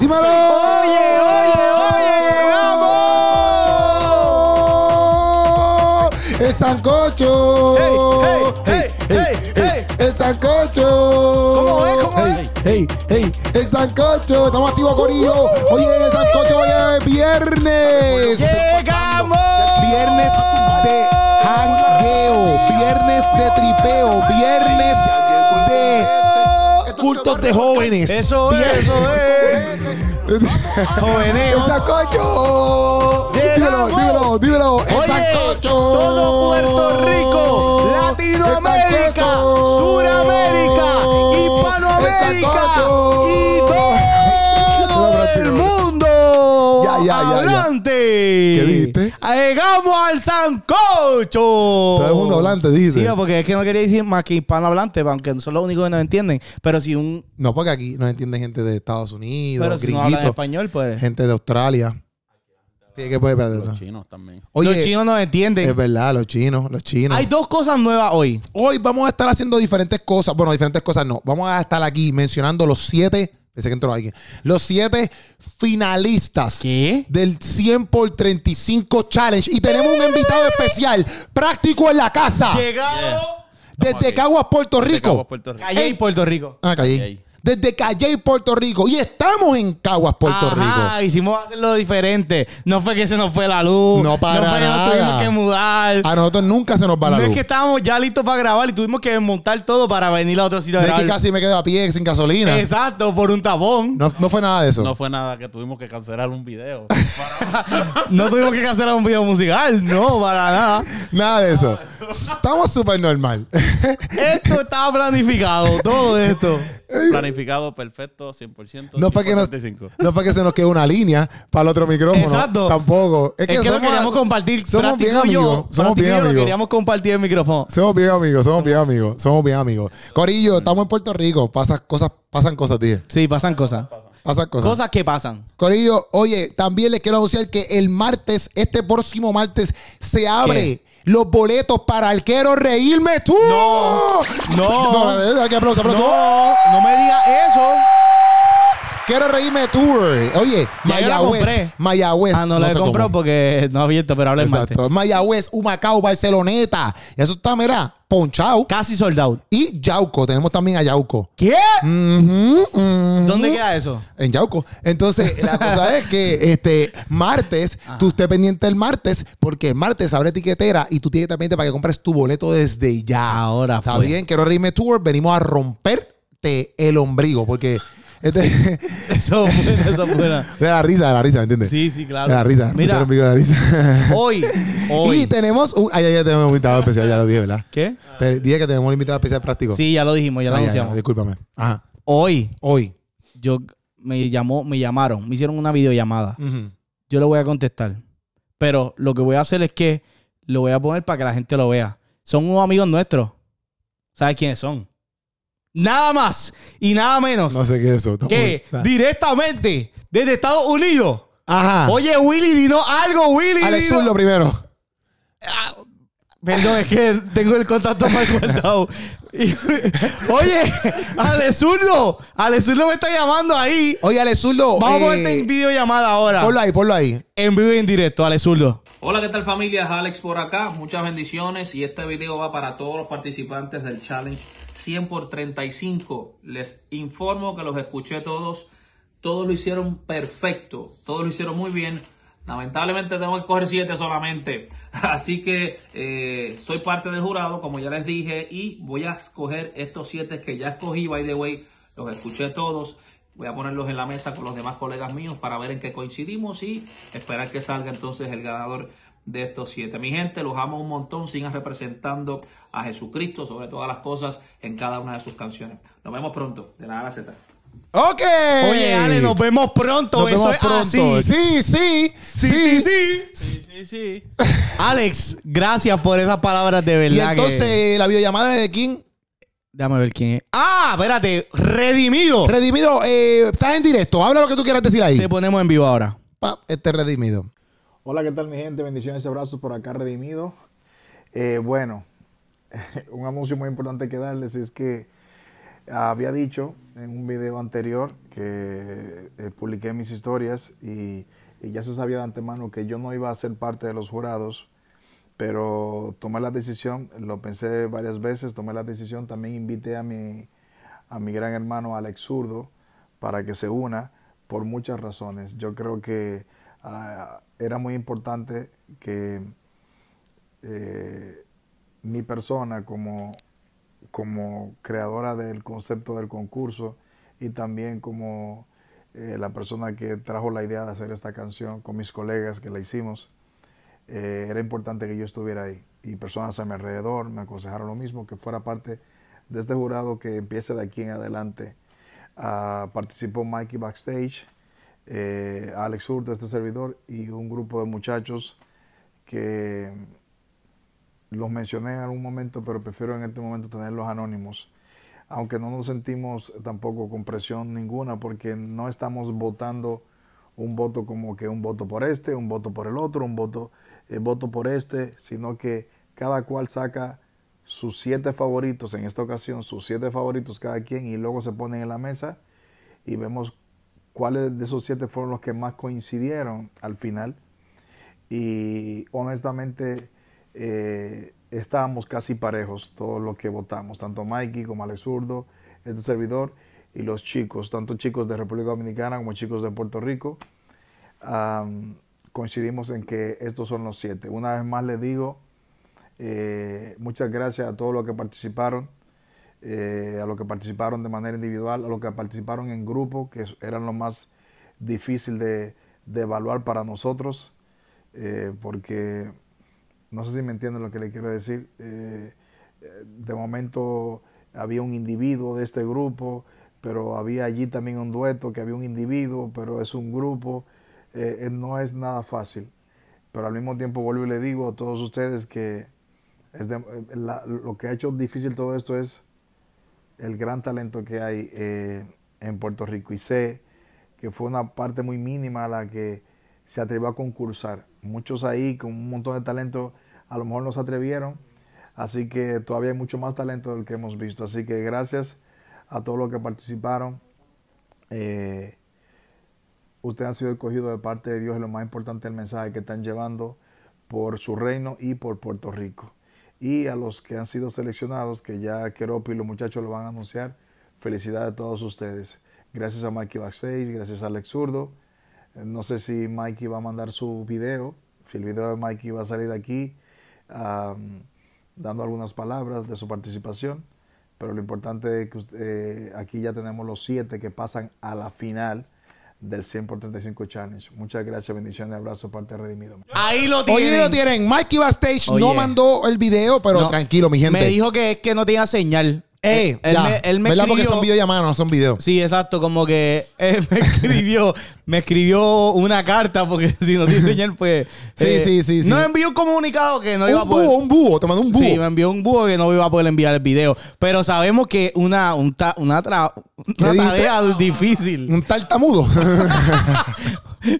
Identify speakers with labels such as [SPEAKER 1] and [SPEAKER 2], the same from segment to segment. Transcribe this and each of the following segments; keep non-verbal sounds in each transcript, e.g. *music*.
[SPEAKER 1] ¡Dímelo! ¡Oye, oye, oye! ¡Vamos! ¡El sancocho!
[SPEAKER 2] Hey, hey, hey, hey.
[SPEAKER 1] ¡El sancocho!
[SPEAKER 2] ¿Cómo es? ¿Cómo
[SPEAKER 1] hey, ¡Hey, hey! ¡El sancocho! ¡Estamos activos,
[SPEAKER 2] Uh,
[SPEAKER 1] Corillo! ¡Oye, el sancocho! ¡Oye, es viernes!
[SPEAKER 2] ¡Llegamos!
[SPEAKER 1] Viernes de jangueo, viernes de tripeo, viernes de cultos de jóvenes.
[SPEAKER 2] Eso es, eso es.
[SPEAKER 1] ¡El
[SPEAKER 2] Jóvenes.
[SPEAKER 1] sacocho! Dímelo,
[SPEAKER 2] Llegamos.
[SPEAKER 1] dímelo, dímelo. ¡El
[SPEAKER 2] Oye,
[SPEAKER 1] sacocho!
[SPEAKER 2] todo Puerto Rico,
[SPEAKER 1] ¡El
[SPEAKER 2] Latinoamérica,
[SPEAKER 1] sacocho!
[SPEAKER 2] Suramérica,
[SPEAKER 1] ¡El
[SPEAKER 2] Hispanoamérica
[SPEAKER 1] sacocho!
[SPEAKER 2] y todo el mundo.
[SPEAKER 1] Ya, ya, ya, ya.
[SPEAKER 2] hablante.
[SPEAKER 1] ¿Qué viste?
[SPEAKER 2] Llegamos al sancocho.
[SPEAKER 1] Todo el mundo hablante dice.
[SPEAKER 2] Sí, porque es que no quería decir más que hispanohablante, aunque son los únicos que nos entienden. Pero si un
[SPEAKER 1] No, porque aquí no entiende gente de Estados Unidos,
[SPEAKER 2] pero si no hablan
[SPEAKER 1] gringuitos,
[SPEAKER 2] español, pues
[SPEAKER 1] gente de Australia. Tiene que poder perder.
[SPEAKER 3] Los
[SPEAKER 1] ¿no?
[SPEAKER 3] chinos también.
[SPEAKER 2] los
[SPEAKER 1] Oye,
[SPEAKER 2] chinos nos entienden.
[SPEAKER 1] es verdad, los chinos, los chinos.
[SPEAKER 2] Hay dos cosas nuevas hoy.
[SPEAKER 1] Hoy vamos a estar haciendo diferentes cosas. Bueno, diferentes cosas no. Vamos a estar aquí mencionando los siete. Pensé que entró alguien. Los siete finalistas
[SPEAKER 2] ¿Qué?
[SPEAKER 1] del 100 por 35 Challenge. Y tenemos un invitado especial, práctico en la casa,
[SPEAKER 2] Llegado.
[SPEAKER 3] Estamos
[SPEAKER 1] desde
[SPEAKER 3] aquí.
[SPEAKER 1] Caguas, Puerto Rico.
[SPEAKER 3] Caguas, Puerto Rico.
[SPEAKER 2] Calle y Puerto Rico.
[SPEAKER 1] Ah, Calle.
[SPEAKER 3] Calle.
[SPEAKER 1] Desde Calle, Puerto Rico. Y estamos en Caguas, Puerto
[SPEAKER 2] Ajá,
[SPEAKER 1] Rico.
[SPEAKER 2] hicimos hacerlo diferente. No fue que se nos fue la luz.
[SPEAKER 1] No para
[SPEAKER 2] fue que
[SPEAKER 1] nada.
[SPEAKER 2] nos tuvimos que mudar.
[SPEAKER 1] A nosotros nunca se nos va la
[SPEAKER 2] no es
[SPEAKER 1] luz.
[SPEAKER 2] que estábamos ya listos para grabar y tuvimos que desmontar todo para venir a otro sitio a
[SPEAKER 1] No es que
[SPEAKER 2] grabar.
[SPEAKER 1] casi me quedo a pie sin gasolina.
[SPEAKER 2] Exacto, por un *laughs* tapón. No.
[SPEAKER 1] No, no fue nada de eso.
[SPEAKER 3] No fue nada que tuvimos que cancelar
[SPEAKER 1] *laughs*
[SPEAKER 3] un video.
[SPEAKER 2] tuvimos que cancelar un video musical, no, para nada.
[SPEAKER 1] Nada de eso. Estamos súper normal. *laughs*
[SPEAKER 2] Esto estaba planificado, todo esto.
[SPEAKER 3] Planificado perfecto, 100%.
[SPEAKER 1] No para que nos-
[SPEAKER 3] 55.
[SPEAKER 1] No para que se nos quede una línea para el otro micrófono.
[SPEAKER 2] Exacto.
[SPEAKER 1] Tampoco. Es que,
[SPEAKER 2] Es que lo
[SPEAKER 1] somos,
[SPEAKER 2] queríamos compartir.
[SPEAKER 1] somos bien
[SPEAKER 2] Práctico y yo,
[SPEAKER 1] amigos, somos
[SPEAKER 2] Práctico y
[SPEAKER 1] bien
[SPEAKER 2] yo lo
[SPEAKER 1] amigos.
[SPEAKER 2] queríamos compartir el micrófono.
[SPEAKER 1] somos bien amigos, somos bien amigos, somos bien amigos. Corillo, estamos en Puerto Rico. Pasan cosas, pasan cosas, tío.
[SPEAKER 2] Sí, pasan cosas.
[SPEAKER 1] Pasan cosas.
[SPEAKER 2] Cosas que pasan.
[SPEAKER 1] Corillo, oye, también les quiero anunciar que el martes, este próximo martes, se abre los boletos para el Quiero Reírme Tú.
[SPEAKER 2] No, no.
[SPEAKER 1] no aquí aplauso, aplauso.
[SPEAKER 2] No, no me digas eso.
[SPEAKER 1] Quiero reírme tour. Oye,
[SPEAKER 2] Ya yo la
[SPEAKER 1] Mayagüez.
[SPEAKER 2] compré.
[SPEAKER 1] Mayagüez.
[SPEAKER 2] Ah, no, lo he
[SPEAKER 1] sé
[SPEAKER 2] comprado
[SPEAKER 1] cómo.
[SPEAKER 2] porque no ha abierto, pero habla en martes.
[SPEAKER 1] Exacto. Mayagüez, Humacao, Barceloneta. Y eso está, mira, Ponchao.
[SPEAKER 2] Casi sold out.
[SPEAKER 1] Y Yauco. Tenemos también a Yauco.
[SPEAKER 2] ¿Qué?
[SPEAKER 1] Ujú, ujú.
[SPEAKER 2] Mm. ¿Dónde queda eso? *laughs*
[SPEAKER 1] En Yauco. Entonces, la cosa es que este martes, tú estés pendiente el martes, porque el martes abre etiquetera y tú tienes que estar pendiente para que compres tu boleto desde ya.
[SPEAKER 2] Ahora
[SPEAKER 1] Está
[SPEAKER 2] fue.
[SPEAKER 1] bien, quiero reírme tour. Venimos a romperte el ombligo, porque este, *laughs*
[SPEAKER 2] Eso buena, eso buena.
[SPEAKER 1] de la risa, de la risa, ¿me entiendes?
[SPEAKER 2] Sí, sí, claro.
[SPEAKER 1] De la risa, romperte el
[SPEAKER 2] Mira,
[SPEAKER 1] ombligo de la risa.
[SPEAKER 2] hoy,
[SPEAKER 1] *laughs* Y
[SPEAKER 2] *laughs* hoy.
[SPEAKER 1] tenemos un. Ay, ay, ay, tenemos un invitado especial, ya lo dije, ¿verdad?
[SPEAKER 2] ¿Qué?
[SPEAKER 1] Te dije que tenemos un invitado especial práctico.
[SPEAKER 2] Sí, ya lo dijimos, ya lo
[SPEAKER 1] Ay, ay,
[SPEAKER 2] anunciamos.
[SPEAKER 1] ay, discúlpame. Ajá.
[SPEAKER 2] Hoy,
[SPEAKER 1] Hoy.
[SPEAKER 2] yo me llamó, me llamaron, me hicieron una videollamada. Yo le voy a contestar. Pero lo que voy a hacer es que lo voy a poner para que la gente lo vea. Son unos amigos nuestros. ¿Sabes quiénes son? Nada más y nada menos.
[SPEAKER 1] No sé qué es eso. está
[SPEAKER 2] que
[SPEAKER 1] muy-
[SPEAKER 2] directamente desde Estados Unidos.
[SPEAKER 1] Ajá.
[SPEAKER 2] Oye, Willy, dinos algo, Willy.
[SPEAKER 1] Ah. Alex
[SPEAKER 2] dinos-
[SPEAKER 1] Zurlo primero.
[SPEAKER 2] Perdón, es que tengo el contacto mal cortado. Y- Oye, Ale Zurdo, Ale Zurdo me está llamando ahí.
[SPEAKER 1] Oye, Alex Zurdo.
[SPEAKER 2] Vamos a
[SPEAKER 1] eh,
[SPEAKER 2] ponerte en videollamada ahora.
[SPEAKER 1] Ponlo ahí, ponlo ahí.
[SPEAKER 2] En vivo y en directo, Ale Zurdo.
[SPEAKER 4] Hola, ¿qué tal familia? Es Alex por acá. Muchas bendiciones y este video va para todos los participantes del challenge 100 por 35. Les informo que los escuché todos. Todos lo hicieron perfecto. Todos lo hicieron muy bien. Lamentablemente tengo que coger 7 solamente. *laughs* Así que eh, soy parte del jurado, como ya les dije, y voy a escoger estos 7 que ya escogí, by the way. Los escuché todos. Voy a ponerlos en la mesa con los demás colegas míos para ver en qué coincidimos y esperar que salga entonces el ganador de estos siete. Mi gente, los amo un montón. Sigan representando a Jesucristo sobre todas las cosas en cada una de sus canciones. Nos vemos pronto. De la A a la Z.
[SPEAKER 1] Ok.
[SPEAKER 2] Oye, Ale, nos vemos pronto.
[SPEAKER 1] Nos
[SPEAKER 2] Eso
[SPEAKER 1] vemos
[SPEAKER 2] es
[SPEAKER 1] pronto.
[SPEAKER 2] así.
[SPEAKER 1] Sí, sí. Sí,
[SPEAKER 2] Sí, sí, sí.
[SPEAKER 3] Sí, sí.
[SPEAKER 2] *laughs* Alex, gracias por esas palabras de verdad.
[SPEAKER 1] Y
[SPEAKER 2] que-
[SPEAKER 1] entonces, la videollamada de King.
[SPEAKER 2] Déjame ver quién es. Ah, espérate, redimido.
[SPEAKER 1] Redimido, eh, estás en directo. Habla lo que tú quieras decir ahí.
[SPEAKER 2] Te ponemos en vivo ahora.
[SPEAKER 1] Pa, este redimido.
[SPEAKER 5] Hola, ¿qué tal mi gente? Bendiciones y abrazos por acá redimido. *laughs* Eh, bueno, un anuncio muy importante que darles es que había dicho en un video anterior que eh, publiqué mis historias y, y ya se sabía de antemano que yo no iba a ser parte de los jurados, pero tomé la decisión, lo pensé varias veces, tomé la decisión, también invité a mi, a mi gran hermano Alex Zurdo para que se una por muchas razones. Yo creo que ah, era muy importante que eh, mi persona como, como creadora del concepto del concurso y también como eh, la persona que trajo la idea de hacer esta canción con mis colegas que la hicimos, eh, era importante que yo estuviera ahí. Y personas a mi alrededor me aconsejaron lo mismo, que fuera parte de este jurado que empiece de aquí en adelante. Ah, participó Mikey Backstage, eh, Alex Hurto, este servidor, y un grupo de muchachos que los mencioné en algún momento, pero prefiero en este momento tenerlos anónimos. Aunque no nos sentimos tampoco con presión ninguna, porque no estamos votando un voto como que un voto por este, un voto por el otro, un voto, eh, voto por este, sino que cada cual saca sus siete favoritos en esta ocasión, sus siete favoritos cada quien, y luego se ponen en la mesa y vemos cuáles de esos siete fueron los que más coincidieron al final y honestamente eh, estábamos casi parejos todos los que votamos, tanto Mikey como Alex Zurdo, este servidor y los chicos, tanto chicos de República Dominicana como chicos de Puerto Rico, am, coincidimos en que estos son los siete. Una vez más les digo eh, muchas gracias a todos los que participaron, eh, a los que participaron de manera individual, a los que participaron en grupo, que eran lo más difícil de, de evaluar para nosotros eh, porque no sé si me entienden lo que le quiero decir. eh, eh, de momento había un individuo de este grupo, pero había allí también un dueto que había un individuo, pero es un grupo. eh, eh, no es nada fácil. Pero al mismo tiempo vuelvo y le digo a todos ustedes que es de- eh, la- lo que ha hecho difícil todo esto es el gran talento que hay eh, en Puerto Rico. Y sé que fue una parte muy mínima la que se atrevió a concursar. Muchos ahí con un montón de talento a lo mejor no se atrevieron. Así que todavía hay mucho más talento del que hemos visto. Así que gracias a todos los que participaron. Eh, ustedes han sido escogidos de parte de Dios y lo más importante el mensaje que están llevando por su reino y por Puerto Rico. Y a los que han sido seleccionados, que ya Keropi y los muchachos lo van a anunciar, felicidades a todos ustedes. Gracias a Mikey Backstage, gracias a Alex Zurdo. Eh, No sé si Mikey va a mandar su video, si el video de Mikey va a salir aquí, am, dando algunas palabras de su participación. Pero lo importante es que usted- eh, aquí ya tenemos los siete que pasan a la final del 100 por 35 Challenge. Muchas gracias, bendiciones, abrazos, parte de Redimido.
[SPEAKER 2] Ahí lo
[SPEAKER 1] Oye, lo tienen. Mikey Backstage no
[SPEAKER 2] Oye.
[SPEAKER 1] mandó el video, pero
[SPEAKER 2] No.
[SPEAKER 1] tranquilo, mi gente.
[SPEAKER 2] Me dijo que es que no tenía señal.
[SPEAKER 1] eh,
[SPEAKER 2] él
[SPEAKER 1] ya.
[SPEAKER 2] me, él me
[SPEAKER 1] ¿Verdad?
[SPEAKER 2] escribió.
[SPEAKER 1] Porque son videollamadas, no son videos.
[SPEAKER 2] Sí, exacto, como que eh, *laughs* me escribió, me escribió una carta porque *laughs* si no tiene señal, pues.
[SPEAKER 1] Sí,
[SPEAKER 2] eh,
[SPEAKER 1] sí, sí, sí.
[SPEAKER 2] No envió un comunicado que no iba a
[SPEAKER 1] un
[SPEAKER 2] poder.
[SPEAKER 1] búho, un búho. Te mandó un búho.
[SPEAKER 2] Sí, me envió un búho que no iba a poder enviar el video. Pero sabemos que una, un ta- una, tra- una
[SPEAKER 1] dijiste?
[SPEAKER 2] tarea difícil.
[SPEAKER 1] Un tartamudo.
[SPEAKER 2] *laughs*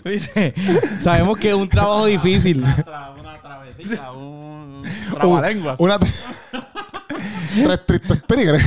[SPEAKER 2] ¿Viste? Sabemos que es un trabajo difícil.
[SPEAKER 3] Una, tra- una
[SPEAKER 1] *laughs*
[SPEAKER 3] travesita, un un trabalenguas.
[SPEAKER 1] Una. *laughs* Tres, tres, tres tigres.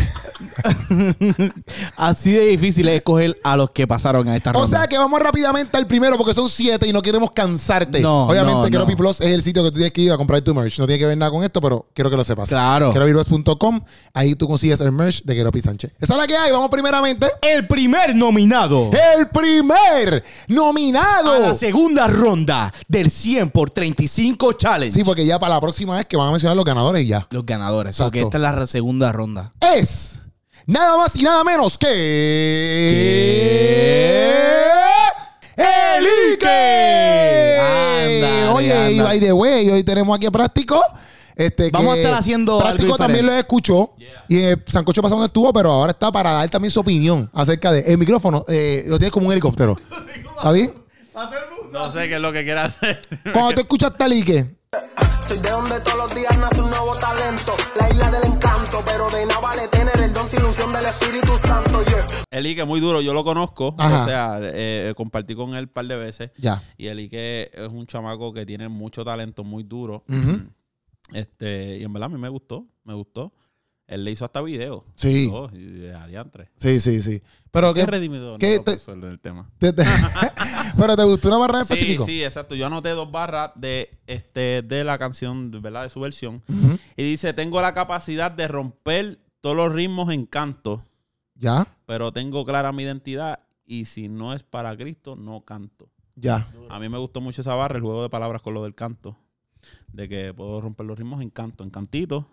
[SPEAKER 2] Así de difícil es escoger a los que pasaron a esta
[SPEAKER 1] O
[SPEAKER 2] ronda.
[SPEAKER 1] sea que vamos rápidamente al primero porque son siete y no queremos cansarte.
[SPEAKER 2] No,
[SPEAKER 1] Obviamente,
[SPEAKER 2] no,
[SPEAKER 1] Quiero
[SPEAKER 2] no.
[SPEAKER 1] Plus es el sitio que tú tienes que ir a comprar tu merch. No tiene que ver nada con esto, pero quiero que lo sepas.
[SPEAKER 2] Claro.
[SPEAKER 1] Queropiplus.com. Ahí tú consigues el merch de Queropi Sánchez. Esa es la que hay. Vamos primeramente.
[SPEAKER 2] el primer nominado
[SPEAKER 1] El primer nominado.
[SPEAKER 2] a la segunda ronda del 100 por 35 Challenge.
[SPEAKER 1] Sí, porque ya para la próxima vez que van a mencionar los ganadores y ya.
[SPEAKER 2] Los ganadores.
[SPEAKER 1] Exacto.
[SPEAKER 2] Porque esta es la re- segunda ronda.
[SPEAKER 1] Es nada más y nada menos que. ¡El Ike!
[SPEAKER 2] Ándale,
[SPEAKER 1] Oye, y
[SPEAKER 2] ándale.
[SPEAKER 1] by the way, hoy tenemos aquí a Práctico. Este,
[SPEAKER 2] Vamos a
[SPEAKER 1] que
[SPEAKER 2] estar haciendo algo
[SPEAKER 1] Práctico también lo
[SPEAKER 2] diferente.
[SPEAKER 1] escuchó. Y eh, Sancocho pasó donde estuvo, pero ahora está para dar también su opinión acerca de. El micrófono eh, lo tienes como un
[SPEAKER 3] *laughs*
[SPEAKER 1] helicóptero. ¿Está bien?
[SPEAKER 3] No sé qué es lo que quiere *laughs* hacer.
[SPEAKER 1] Cuando tú escuchaste al Ike,
[SPEAKER 6] Soy de donde todos los días nace un nuevo talento, la isla del encanto, pero de nada vale tener el don sin ilusión del Espíritu Santo. Yeah.
[SPEAKER 3] El Ike es muy duro, yo lo conozco.
[SPEAKER 1] Ajá.
[SPEAKER 3] O sea, eh, compartí con él un par de veces.
[SPEAKER 1] ya.
[SPEAKER 3] Y el Ike es un chamaco que tiene mucho talento, muy duro. Mm.
[SPEAKER 1] Ujú.
[SPEAKER 3] Este, y en verdad a mí me gustó, me gustó. Él le hizo hasta video.
[SPEAKER 1] Sí.
[SPEAKER 3] Oh, y de adiantre.
[SPEAKER 1] Sí, sí, sí. Pero
[SPEAKER 3] ¿Qué
[SPEAKER 1] que.
[SPEAKER 3] redimidor?
[SPEAKER 1] qué
[SPEAKER 3] no,
[SPEAKER 1] te-
[SPEAKER 3] profesor, en el tema.
[SPEAKER 1] te- *laughs*
[SPEAKER 3] *laughs*
[SPEAKER 1] te- pero te gustó una barra en
[SPEAKER 3] Sí,
[SPEAKER 1] específico.
[SPEAKER 3] sí, exacto. Yo anoté dos barras de, este, de la canción, ¿verdad? De su versión.
[SPEAKER 1] Ujú.
[SPEAKER 3] Y dice, tengo la capacidad de romper todos los ritmos en canto,
[SPEAKER 1] Ya,
[SPEAKER 3] pero tengo clara mi identidad y si no es para Cristo, no canto.
[SPEAKER 1] ya.
[SPEAKER 3] A mí me gustó mucho esa barra, el juego de palabras con lo del canto. De que puedo romper los ritmos en canto, en cantito,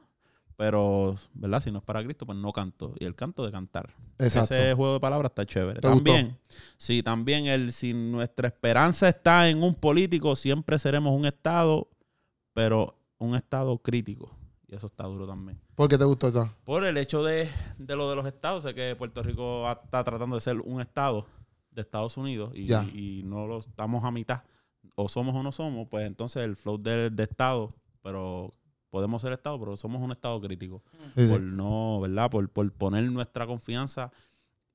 [SPEAKER 3] pero, ¿verdad? Si no es para Cristo, pues no canto. Y el canto de cantar.
[SPEAKER 1] Exacto.
[SPEAKER 3] Ese juego de palabras está chévere.
[SPEAKER 1] ¿Te
[SPEAKER 3] También, sí, también el si nuestra esperanza está en un político, siempre seremos un Estado, pero un Estado crítico. Y eso está duro también.
[SPEAKER 1] ¿Por qué te gustó esa?
[SPEAKER 3] Por el hecho de, de lo de los estados, sé que Puerto Rico a- está tratando de ser un estado de Estados Unidos y,
[SPEAKER 1] Ya.
[SPEAKER 3] y no lo estamos a mitad, o somos o no somos, pues entonces el flow de, de estado, pero podemos ser estado, pero somos un estado crítico.
[SPEAKER 1] Sí, sí.
[SPEAKER 3] Por no, ¿verdad? Por, por poner nuestra confianza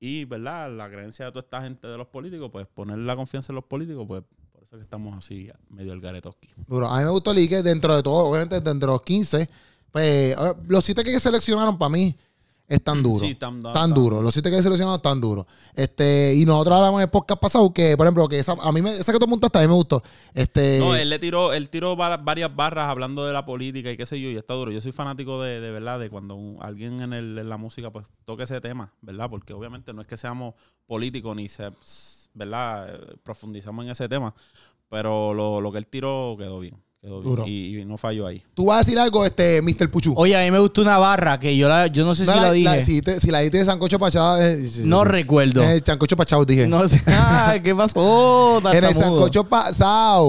[SPEAKER 3] y, ¿verdad? La creencia de toda esta gente de los políticos, pues poner la confianza en los políticos, pues por eso es que estamos así, medio el garetoski.
[SPEAKER 1] Duro. A mí me gustó el que dentro de todo, obviamente dentro de los 15, pues eh, los siete que seleccionaron para mí están duros.
[SPEAKER 3] Sí, tan, tan-
[SPEAKER 1] tan duro. Los siete que seleccionaron están duros. Este, y nosotros hablamos en el podcast pasado que, por ejemplo, que esa, a mí me, esa que tú apuntaste, a mí me gustó. Este,
[SPEAKER 3] No, él le tiró, él tiró va- varias barras hablando de la política y qué sé yo, y está duro. Yo soy fanático de, de verdad, de cuando un- alguien en, el- en la música pues toque ese tema, ¿verdad? Porque obviamente no es que seamos políticos ni se, ¿verdad? Eh, Profundizamos en ese tema, pero lo, lo que él tiró quedó bien, quedó bien.
[SPEAKER 1] Duro.
[SPEAKER 3] Y, y no falló ahí.
[SPEAKER 1] tú vas a decir algo, este, Mr. Puchu.
[SPEAKER 2] Oye, a mí me gustó una barra que yo la, yo no sé
[SPEAKER 1] No,
[SPEAKER 2] si la,
[SPEAKER 1] la-
[SPEAKER 2] dije.
[SPEAKER 1] la- si, te- si la diste de Sancocho eh, Pachado.
[SPEAKER 2] no recuerdo.
[SPEAKER 1] En el Sancocho Pachado dije.
[SPEAKER 2] No sé. *laughs* Ah, ¿Qué pasó? Oh,
[SPEAKER 1] este. en el
[SPEAKER 2] tartamudo.
[SPEAKER 1] Sancocho
[SPEAKER 2] *laughs*
[SPEAKER 1] Pasado.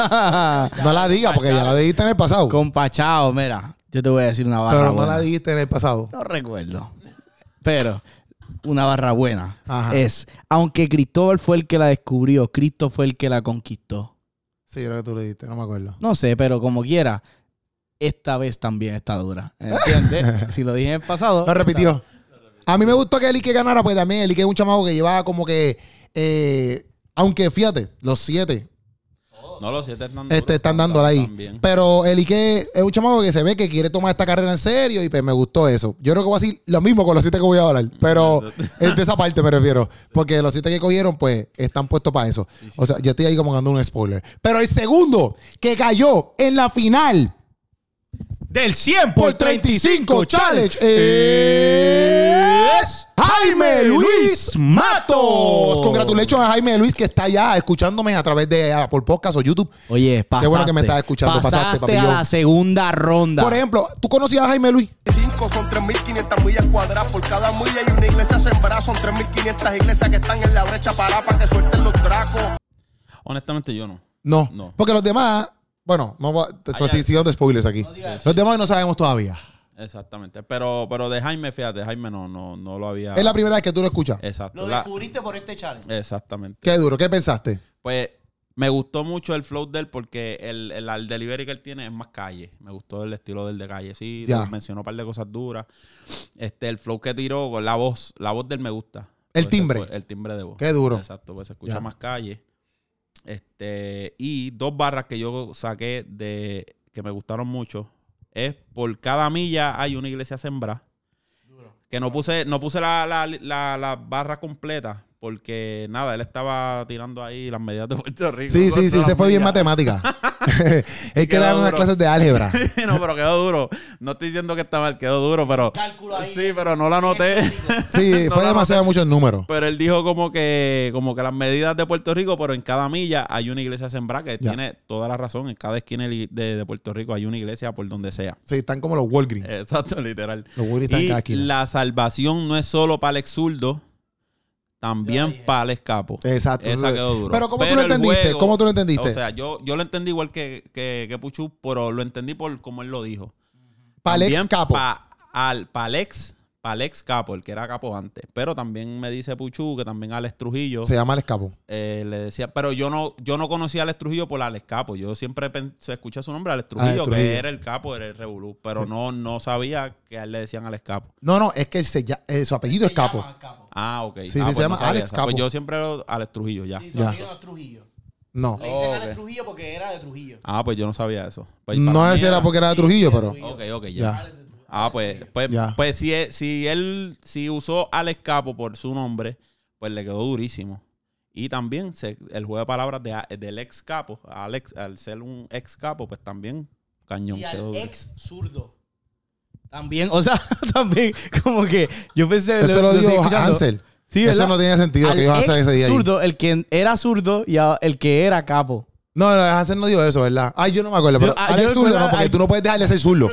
[SPEAKER 1] no la digas porque ya la dijiste en el pasado.
[SPEAKER 2] Con Pachao, mira. Yo te voy a decir una barra
[SPEAKER 1] Pero no
[SPEAKER 2] buena.
[SPEAKER 1] la dijiste en el pasado.
[SPEAKER 2] No recuerdo. Pero una barra buena
[SPEAKER 1] Ajá.
[SPEAKER 2] es, aunque Cristóbal fue el que la descubrió, Cristo fue el que la conquistó.
[SPEAKER 1] Sí, creo que tú le dijiste, no me acuerdo.
[SPEAKER 2] No sé, pero como quiera, esta vez también está dura.
[SPEAKER 1] *laughs*
[SPEAKER 2] ¿Entiendes? si lo dije en el pasado.
[SPEAKER 1] Lo repitió. A mí me gustó que el Ike ganara, pues también el Ike es un chamaco que llevaba como que. eh, aunque fíjate, los siete
[SPEAKER 3] No, los siete están
[SPEAKER 1] este, están dando
[SPEAKER 3] dándole
[SPEAKER 1] ahí. Pero el Ike es un chamaco que se ve que quiere tomar esta carrera en serio y pues me gustó eso. Yo creo que voy a decir lo mismo con los siete que voy a hablar, pero es de esa parte me refiero. Porque los siete que cogieron, pues están puestos para eso. O sea, yo estoy ahí como dando un spoiler. Pero el segundo que cayó en la final
[SPEAKER 2] Del 100
[SPEAKER 1] por 35 Challenge Eh. es Jaime Luis Matos. Congratulations a Jaime Luis que está ya escuchándome a través de ah, por podcast o YouTube.
[SPEAKER 2] Oye, pasaste.
[SPEAKER 1] Qué bueno que me estás escuchando, pasaste,
[SPEAKER 2] a
[SPEAKER 1] papillón.
[SPEAKER 2] la segunda ronda.
[SPEAKER 1] Por ejemplo, ¿tú conocías a Jaime Luis?
[SPEAKER 6] 5 son 3.500 millas cuadradas por cada milla y una iglesia sembrada son 3.500 iglesias que están en la brecha para para que suelten los dracos.
[SPEAKER 3] Honestamente yo no.
[SPEAKER 1] No.
[SPEAKER 3] No.
[SPEAKER 1] Porque los demás, bueno, no voy a- te estoy
[SPEAKER 3] Allá.
[SPEAKER 1] haciendo spoilers aquí. los demás no sabemos todavía.
[SPEAKER 3] Exactamente. Pero, pero de Jaime, fíjate, Jaime no, no, no Eh. lo había.
[SPEAKER 1] Es la primera vez que tú lo escuchas.
[SPEAKER 3] Exacto.
[SPEAKER 7] Lo
[SPEAKER 3] la-
[SPEAKER 7] descubriste por este challenge.
[SPEAKER 3] Exactamente.
[SPEAKER 1] Qué duro, ¿qué pensaste?
[SPEAKER 3] Pues me gustó mucho el flow de él porque el, el, el delivery que él tiene es más calle. Me gustó el estilo del de calle. Sí,
[SPEAKER 1] Ya.
[SPEAKER 3] mencionó un par de cosas duras. Este, el flow que tiró, con la voz, la voz del me gusta.
[SPEAKER 1] El
[SPEAKER 3] Pues,
[SPEAKER 1] timbre.
[SPEAKER 3] pues, el timbre de voz.
[SPEAKER 1] Qué duro.
[SPEAKER 3] Exacto, pues se escucha
[SPEAKER 1] Ya.
[SPEAKER 3] más calle. Este, y dos barras que yo saqué de que me gustaron mucho es por cada milla hay una iglesia sembrada. Que no puse, no puse la, la- la- la barra completa porque nada, él estaba tirando ahí las medidas de Puerto Rico.
[SPEAKER 1] Sí, sí, sí,
[SPEAKER 3] Todas
[SPEAKER 1] se
[SPEAKER 3] las
[SPEAKER 1] fue bien
[SPEAKER 3] millas. *laughs*
[SPEAKER 1] matemática. Él que
[SPEAKER 3] Quedó
[SPEAKER 1] dar unas
[SPEAKER 3] duro.
[SPEAKER 1] clases de
[SPEAKER 3] *laughs*
[SPEAKER 1] álgebra.
[SPEAKER 3] no, pero quedó duro. No estoy diciendo que está mal, quedó duro, pero.
[SPEAKER 7] Cálculo ahí. eh.
[SPEAKER 3] Sí, pero no la anoté.
[SPEAKER 1] Sí,
[SPEAKER 3] No
[SPEAKER 1] fue
[SPEAKER 3] la
[SPEAKER 1] demasiado muchos números.
[SPEAKER 3] *laughs* Pero él dijo como que, como que las medidas de Puerto Rico, pero en cada milla hay una iglesia sembrada, que
[SPEAKER 1] Ya.
[SPEAKER 3] tiene toda la razón. En cada esquina de, de Puerto Rico hay una iglesia por donde sea. *laughs*
[SPEAKER 1] Sí, están como los Walgreens.
[SPEAKER 3] Exacto, literal.
[SPEAKER 1] Los Walgreens están en cada
[SPEAKER 3] Eh, Y
[SPEAKER 1] esquina.
[SPEAKER 3] la salvación no es solo para el exurdo, también para el escapo.
[SPEAKER 1] Exacto.
[SPEAKER 3] Esa quedó duro.
[SPEAKER 1] Pero ¿cómo tú lo
[SPEAKER 3] el
[SPEAKER 1] entendiste?
[SPEAKER 3] juego-
[SPEAKER 1] ¿Cómo tú lo entendiste?
[SPEAKER 3] O sea, yo, yo lo entendí igual que, que, que Puchu, pero lo entendí por como él lo dijo.
[SPEAKER 1] Para el ex
[SPEAKER 3] También
[SPEAKER 1] capo.
[SPEAKER 3] pa- al, para Alex, Capo, el que era capo antes. Pero también me dice Puchu que también Alex Trujillo
[SPEAKER 1] Se llama el ex capo.
[SPEAKER 3] eh, le decía. Pero yo no, yo no conocía a Alex Trujillo por Alex Capo. Yo siempre pen- se escucha su nombre, Alex Trujillo,
[SPEAKER 1] Trujillo.
[SPEAKER 3] que era el capo, era el Revolú. Pero no, no sabía que a él le decían Alex Capo.
[SPEAKER 1] No, no, es que se ya- eh, su apellido es capo.
[SPEAKER 3] Ah, ok.
[SPEAKER 1] Sí, sí,
[SPEAKER 3] Ah,
[SPEAKER 1] se llama
[SPEAKER 3] sabía
[SPEAKER 1] Alex
[SPEAKER 3] esa. Pues
[SPEAKER 1] Capo.
[SPEAKER 3] yo siempre lo- Alex Trujillo, ya.
[SPEAKER 7] Sí,
[SPEAKER 1] Ya.
[SPEAKER 7] su apellido no es Trujillo.
[SPEAKER 1] No.
[SPEAKER 7] Le dicen
[SPEAKER 3] Oh,
[SPEAKER 7] Alex
[SPEAKER 3] ok.
[SPEAKER 7] Trujillo porque era de Trujillo.
[SPEAKER 3] Ah, pues yo no sabía eso. Pues para
[SPEAKER 1] No
[SPEAKER 3] mí
[SPEAKER 1] ese era porque era de
[SPEAKER 7] Sí,
[SPEAKER 1] Trujillo,
[SPEAKER 7] era
[SPEAKER 1] pero.
[SPEAKER 7] Trujillo.
[SPEAKER 3] Ok, ok, ya.
[SPEAKER 1] Ya.
[SPEAKER 7] Alex de Trujillo.
[SPEAKER 3] Ah, pues, pues,
[SPEAKER 1] Ya.
[SPEAKER 3] pues si, e- si él si usó Alex Capo por su nombre, pues le quedó durísimo. Y también se- el juego de palabras de a- del ex capo, Alex, al ser un ex capo, pues también cañón.
[SPEAKER 2] Y
[SPEAKER 3] quedó
[SPEAKER 2] al
[SPEAKER 3] duro.
[SPEAKER 2] ex zurdo. También, o sea, *laughs* también, como que yo pensé.
[SPEAKER 1] Eso lo
[SPEAKER 2] estoy
[SPEAKER 1] dijo
[SPEAKER 2] escuchando.
[SPEAKER 1] Hansel.
[SPEAKER 2] Sí,
[SPEAKER 1] Eso
[SPEAKER 2] ¿verdad?
[SPEAKER 1] no tenía sentido
[SPEAKER 2] Al
[SPEAKER 1] que iba a hacer
[SPEAKER 2] ex
[SPEAKER 1] ese día. ahí.
[SPEAKER 2] zurdo, el que era zurdo y a- el que era capo. *laughs*
[SPEAKER 1] No, no, Hansel no dijo eso, ¿verdad? Ay, yo no me acuerdo, pero
[SPEAKER 2] Yo- ah,
[SPEAKER 1] Alex
[SPEAKER 2] yo
[SPEAKER 1] Zurdo no,
[SPEAKER 2] recuerdo-
[SPEAKER 1] porque
[SPEAKER 2] ay-
[SPEAKER 1] tú no puedes dejar de ser zurdo.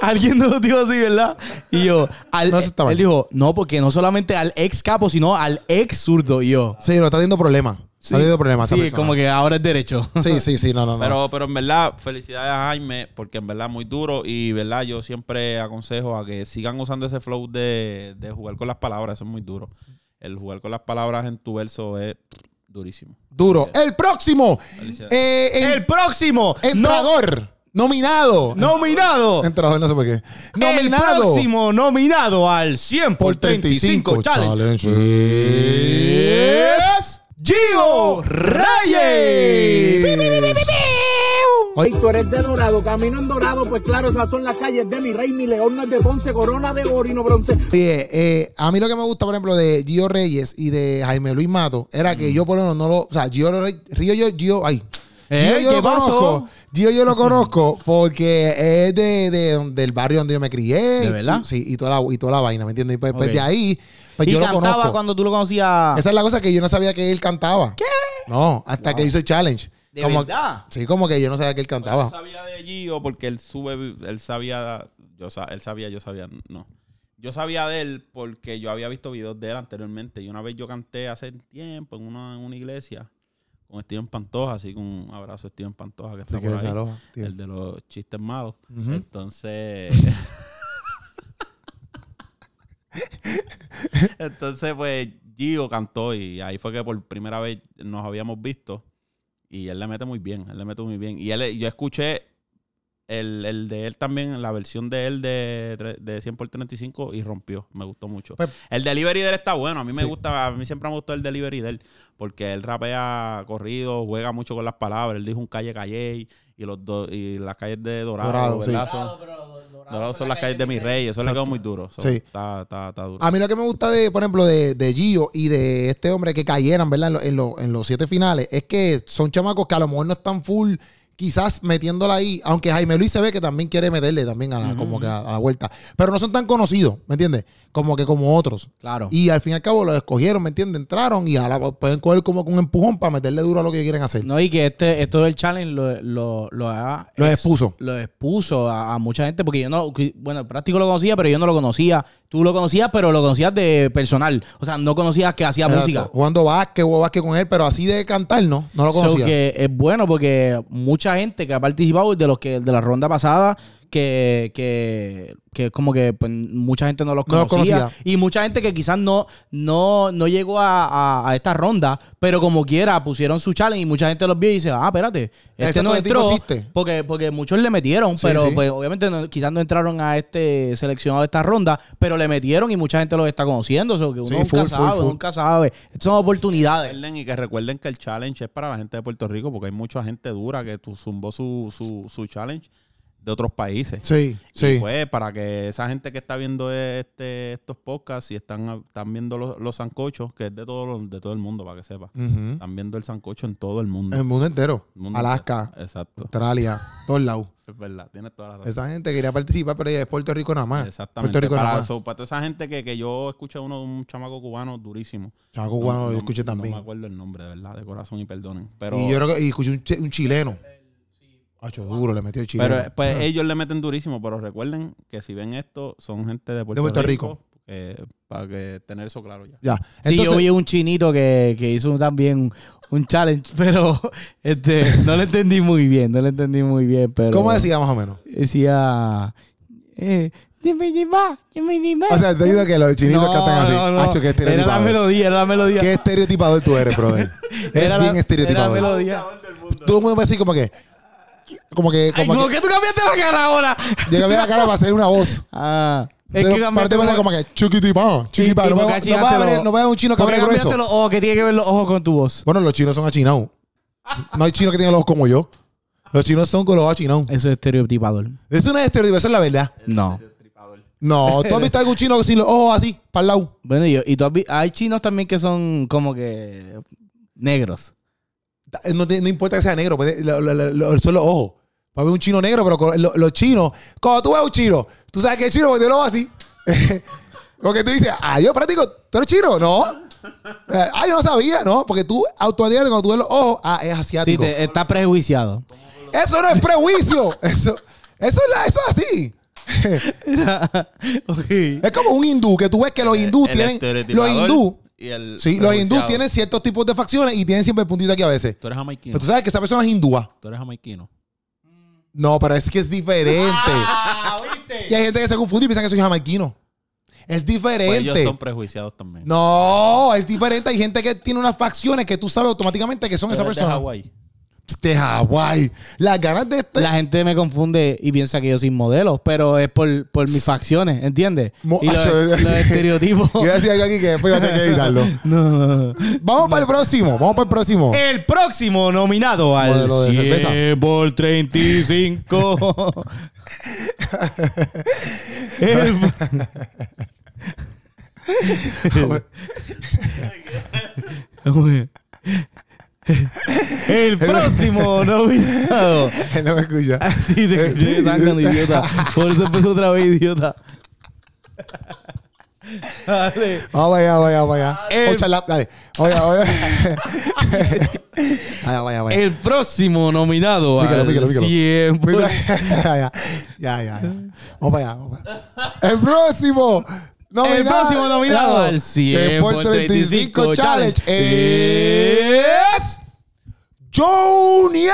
[SPEAKER 2] Alguien nos lo dijo así, ¿verdad? Y yo, al-
[SPEAKER 1] No, eso está mal.
[SPEAKER 2] él dijo, no, porque no solamente al ex capo, sino al ex zurdo. Y yo,
[SPEAKER 1] Sí, no, está teniendo problemas. Está teniendo problemas. esa
[SPEAKER 2] sí,
[SPEAKER 1] persona.
[SPEAKER 2] como que ahora
[SPEAKER 1] *laughs*
[SPEAKER 2] es derecho.
[SPEAKER 1] Sí, sí, sí, no, no, no.
[SPEAKER 3] Pero, pero en verdad, felicidades a Jaime, porque en verdad muy duro. Y verdad, yo siempre aconsejo a que sigan usando ese flow de, de jugar con las palabras, eso es muy duro.
[SPEAKER 2] Mm.
[SPEAKER 3] El jugar con las palabras en tu verso es pff, durísimo.
[SPEAKER 1] Duro. El próximo.
[SPEAKER 3] Felicidades.
[SPEAKER 1] Eh, en-
[SPEAKER 2] El próximo no,
[SPEAKER 1] entrador. Nominado. *laughs*
[SPEAKER 2] nominado.
[SPEAKER 1] Entrador, no sé por qué.
[SPEAKER 2] El
[SPEAKER 1] Nominado.
[SPEAKER 2] próximo nominado al 100 por 35 challenge.
[SPEAKER 1] Challenges.
[SPEAKER 2] Gio Reyes.
[SPEAKER 1] Ay,
[SPEAKER 7] Víctor es de Dorado, camino en Dorado, pues claro, esas son las calles de mi rey, mi león no es de Ponce, corona de Orino, bronce.
[SPEAKER 1] Oye, eh, a mí lo que me gusta, por ejemplo, de Gio Reyes y de Jaime Luis Mato era que yo por lo menos no lo. O sea, Gio lo re- Río yo, Gio, ay.
[SPEAKER 2] Eh,
[SPEAKER 1] Gio yo
[SPEAKER 2] ¿qué
[SPEAKER 1] lo
[SPEAKER 2] pasó?
[SPEAKER 1] conozco. Gio yo lo conozco porque es de, de don- del barrio donde yo me crié.
[SPEAKER 2] ¿De
[SPEAKER 1] y-
[SPEAKER 2] verdad?
[SPEAKER 1] Sí, y toda la, y toda la vaina, ¿me entiendes? Y pues, pues
[SPEAKER 2] Ok.
[SPEAKER 1] de ahí, pues
[SPEAKER 2] y
[SPEAKER 1] yo lo
[SPEAKER 2] cantaba
[SPEAKER 1] conozco.
[SPEAKER 2] cuando tú lo conocías.
[SPEAKER 1] Esa es la cosa que yo no sabía que él cantaba. ¿Qué? No, hasta que hizo el challenge.
[SPEAKER 2] ¿De
[SPEAKER 1] como,
[SPEAKER 2] verdad?
[SPEAKER 1] Sí, como que yo no sabía que él
[SPEAKER 3] Yo
[SPEAKER 1] cantaba.
[SPEAKER 3] sabía de Gio porque él sube, él sabía, yo sa- él sabía, yo sabía, no. Yo sabía de él porque yo había visto videos de él anteriormente. Y una vez yo canté hace tiempo en una, en una iglesia con Steven Pantoja, así con un abrazo a Steven Pantoja que está
[SPEAKER 1] Así que
[SPEAKER 3] por ahí,
[SPEAKER 1] desaloja, tío.
[SPEAKER 3] el de los chistes malos.
[SPEAKER 1] Ujú. *laughs*
[SPEAKER 3] Entonces. *laughs* Entonces, pues, Gio cantó y ahí fue que por primera vez nos habíamos visto. Y él le mete muy bien, él le mete muy bien. Y él, eh, yo escuché el, el de él también, la versión de él de, tre- de 100 por 35 y rompió. Me gustó mucho.
[SPEAKER 1] Pues-
[SPEAKER 3] el delivery de él está bueno. A mí me
[SPEAKER 1] Sí.
[SPEAKER 3] gusta, a mí siempre me gustó el delivery de él. Porque él rapea corrido, juega mucho con las palabras. Él dijo un calle calle y los dos, y las calles de Dorado.
[SPEAKER 1] Dorado, sí.
[SPEAKER 3] ¿verdad? Son- Ah, Dorado son las calles de mi rey. Eso le quedó muy duro. Eso
[SPEAKER 1] Sí.
[SPEAKER 3] Está, está, está duro.
[SPEAKER 1] A mí lo que me gusta de, por ejemplo, de, de Gio y de este hombre que cayeran, ¿verdad? En, lo- en lo- en los siete finales, es que son chamacos que a lo mejor no están full, quizás metiéndola ahí, aunque Jaime Luis se ve que también quiere meterle también a la, como que a, a la vuelta. Pero no son tan conocidos, ¿me entiendes? Como que como otros.
[SPEAKER 2] Claro.
[SPEAKER 1] Y al fin y al cabo los escogieron, ¿me entiendes? Entraron y ahora pueden coger como con un empujón para meterle duro a lo que quieren hacer.
[SPEAKER 2] No, y que este, esto del challenge lo, lo, lo ha-
[SPEAKER 1] Los expuso.
[SPEAKER 2] Lo expuso a, a mucha gente porque yo no, bueno, el práctico lo conocía, pero yo no lo conocía. Tú lo conocías, pero lo conocías de personal. O sea, no conocías que hacía
[SPEAKER 1] Exacto.
[SPEAKER 2] música.
[SPEAKER 1] Jugando básquet, jugó básquet con él, pero así de cantar, no, no lo
[SPEAKER 2] So
[SPEAKER 1] conocía.
[SPEAKER 2] que es bueno porque mucha gente que ha participado de los que de la ronda pasada que, que, que como que pues, mucha gente no los
[SPEAKER 1] No los
[SPEAKER 2] conocía,
[SPEAKER 1] conocía.
[SPEAKER 2] y mucha gente que quizás no no no llegó a, a- a esta ronda pero como quiera pusieron su challenge y mucha gente los vio y dice ah espérate este
[SPEAKER 1] Exacto,
[SPEAKER 2] no
[SPEAKER 1] este tipo
[SPEAKER 2] entró
[SPEAKER 1] existe.
[SPEAKER 2] porque porque muchos le metieron
[SPEAKER 1] Sí,
[SPEAKER 2] pero
[SPEAKER 1] sí.
[SPEAKER 2] pues obviamente no- quizás no entraron a este seleccionado de esta ronda pero le metieron y mucha gente los está conociendo so que uno
[SPEAKER 1] Sí,
[SPEAKER 2] nunca
[SPEAKER 1] full, full,
[SPEAKER 2] sabe uno
[SPEAKER 1] full.
[SPEAKER 2] nunca sabe Estas son oportunidades
[SPEAKER 3] Recuerden y que recuerden que el challenge es para la gente de Puerto Rico porque hay mucha gente dura que tu- zumbó su, su, su challenge de otros países.
[SPEAKER 1] sí, sí.
[SPEAKER 3] Y pues para que esa gente que está viendo este, estos podcasts y están, ah, están viendo los, los sancochos, que es de todo, lo- de todo el mundo, para que sepa.
[SPEAKER 1] Ujú.
[SPEAKER 3] Están viendo el sancocho en todo el mundo.
[SPEAKER 1] El mundo entero.
[SPEAKER 3] El mundo
[SPEAKER 1] Alaska,
[SPEAKER 3] entero. Eh, Exacto.
[SPEAKER 1] Australia, todos lados.
[SPEAKER 3] Es verdad, tienes toda la razón.
[SPEAKER 1] Esa gente quería participar, pero ella es Puerto Rico nada más.
[SPEAKER 3] Exactamente.
[SPEAKER 1] Puerto Rico
[SPEAKER 3] para,
[SPEAKER 1] nada más.
[SPEAKER 3] so- para toda esa gente que, que yo escuché uno de un chamaco cubano durísimo.
[SPEAKER 1] Chamaco cubano,
[SPEAKER 3] No-
[SPEAKER 1] yo
[SPEAKER 3] no-
[SPEAKER 1] escuché también.
[SPEAKER 3] No me acuerdo el nombre, de verdad, de corazón y perdonen. Pero,
[SPEAKER 1] y yo creo que y escuché un, chi- un chileno. Hacho duro, le metió el chileno.
[SPEAKER 3] pero pues
[SPEAKER 1] Ah.
[SPEAKER 3] ellos le meten durísimo, pero recuerden que si ven esto, son gente de Puerto,
[SPEAKER 1] Puerto
[SPEAKER 3] Rico.
[SPEAKER 1] Rico.
[SPEAKER 3] eh, para que tener eso claro ya.
[SPEAKER 1] ya.
[SPEAKER 2] Sí,
[SPEAKER 1] Entonces,
[SPEAKER 2] yo vi un chinito que, que hizo un- también un challenge, *laughs* pero este, no lo entendí muy bien, no lo entendí muy bien, pero...
[SPEAKER 1] ¿cómo decía más o menos?
[SPEAKER 2] Decía... Eh, "Dime, dime, dime, dime".
[SPEAKER 1] O sea, te digo que los chinitos
[SPEAKER 2] No,
[SPEAKER 1] cantan así.
[SPEAKER 2] no, no.
[SPEAKER 1] Hacho, qué
[SPEAKER 2] Era la
[SPEAKER 1] estereotipador.
[SPEAKER 2] melodía, era la melodía.
[SPEAKER 1] Qué estereotipador tú eres, brother.
[SPEAKER 2] *laughs* Era
[SPEAKER 1] Eres
[SPEAKER 2] la-
[SPEAKER 1] bien
[SPEAKER 2] Era la
[SPEAKER 1] estereotipador.
[SPEAKER 2] melodía.
[SPEAKER 1] Tú muy así como que. Como que.
[SPEAKER 2] Ay,
[SPEAKER 1] Como
[SPEAKER 2] ¿por
[SPEAKER 1] que
[SPEAKER 2] qué tú cambiaste la cara ahora?
[SPEAKER 1] Llega a ver la cara para hacer una voz.
[SPEAKER 2] *laughs* Ah, es
[SPEAKER 1] Pero
[SPEAKER 2] que cambiaste...
[SPEAKER 1] parte de como que chiquitipá, chiquitipá. No
[SPEAKER 2] ¿por
[SPEAKER 1] me
[SPEAKER 2] qué
[SPEAKER 1] va- no me va a
[SPEAKER 2] achinaste
[SPEAKER 1] venir-
[SPEAKER 2] los-
[SPEAKER 1] no me va a un chino que
[SPEAKER 2] ¿por qué
[SPEAKER 1] hable
[SPEAKER 2] cambiaste
[SPEAKER 1] grueso.
[SPEAKER 2] los ojos? Que tiene que ver los ojos con tu voz.
[SPEAKER 1] Bueno, los chinos son achinados. No hay chino que tiene los ojos como yo. Los chinos son con los chinos.
[SPEAKER 2] Eso es estereotipador.
[SPEAKER 1] Eso no es estereotipo, eso es la verdad.
[SPEAKER 2] No.
[SPEAKER 1] No, tú has visto algún chino sin los ojos así, para el lado.
[SPEAKER 2] Bueno, y, y tú has vi- hay chinos también que son como que negros.
[SPEAKER 1] Da- No, te- no importa que sea negro, puede- lo- lo- lo- lo- son los ojos. Va a haber un chino negro, pero con- lo- los chinos. Cuando tú ves un chino, tú sabes que es chino porque tiene los ojos así. *laughs* porque tú dices, ah, yo practico, ¿tú eres chino? No. Eh, Ah, yo no sabía, no, porque tú automáticamente cuando tú ves los ojos, ah, es
[SPEAKER 2] Sí,
[SPEAKER 1] asiático.
[SPEAKER 2] te- está
[SPEAKER 1] *laughs*
[SPEAKER 2] prejuiciado.
[SPEAKER 1] Eso no es prejuicio. *laughs* eso, eso, es la- eso es así.
[SPEAKER 2] Ok.
[SPEAKER 1] Es como un hindú, que tú ves que los hindús
[SPEAKER 3] El
[SPEAKER 1] tienen. Los
[SPEAKER 3] estereotipador
[SPEAKER 1] hindús,
[SPEAKER 3] y el
[SPEAKER 1] sí, los hindús
[SPEAKER 3] prejuiciado.
[SPEAKER 1] tienen ciertos tipos de facciones y tienen siempre el puntito aquí a veces.
[SPEAKER 3] Tú eres jamaiquino.
[SPEAKER 1] Pero tú sabes que esa persona es hindúa.
[SPEAKER 3] Tú eres jamaiquino.
[SPEAKER 1] No, pero es que es diferente. Y hay gente que se confunde y piensa que soy jamaiquino. Es
[SPEAKER 3] Pues ellos
[SPEAKER 1] diferente.
[SPEAKER 3] son prejuiciados también.
[SPEAKER 1] No, es diferente. Hay gente que tiene unas facciones que tú sabes automáticamente que son
[SPEAKER 3] Tú
[SPEAKER 1] esa
[SPEAKER 3] eres de
[SPEAKER 1] persona.
[SPEAKER 3] Hawái.
[SPEAKER 1] Pss, De Hawái. Las ganas de este.
[SPEAKER 2] La gente me confunde y piensa que yo soy modelo, pero es por, por mis facciones, ¿entiendes?
[SPEAKER 1] Mo-
[SPEAKER 2] y los,
[SPEAKER 1] Acho,
[SPEAKER 2] los estereotipos.
[SPEAKER 1] *laughs* Yo voy a decir algo aquí que después voy a tener que
[SPEAKER 3] *laughs*
[SPEAKER 1] editarlo.
[SPEAKER 2] *laughs* No.
[SPEAKER 1] Vamos para el próximo. Vamos para el próximo.
[SPEAKER 2] El próximo nominado al
[SPEAKER 1] Modelo de
[SPEAKER 2] 100
[SPEAKER 1] cerveza. *laughs*
[SPEAKER 2] por 35. El- El próximo nominado.
[SPEAKER 1] no me escucha. *laughs*
[SPEAKER 2] Así te escuché sangando, idiota. Por eso empezó otra vez, idiota. Dale.
[SPEAKER 1] Vamos para allá, vamos allá, vamos allá.
[SPEAKER 2] El-
[SPEAKER 1] Ochala- dale. Vamos allá,
[SPEAKER 2] *laughs*
[SPEAKER 1] vamos allá. Allá, vaya, vaya.
[SPEAKER 2] El próximo nominado
[SPEAKER 1] Pícalo,
[SPEAKER 2] al
[SPEAKER 1] pícalo, pícalo.
[SPEAKER 2] 100 por-
[SPEAKER 1] Mira, *laughs* ya, ya, ya, ya. Vamos para allá, vamos para allá. El próximo.
[SPEAKER 2] El próximo nominado al 100 por 35 challenge
[SPEAKER 1] es. Joniel.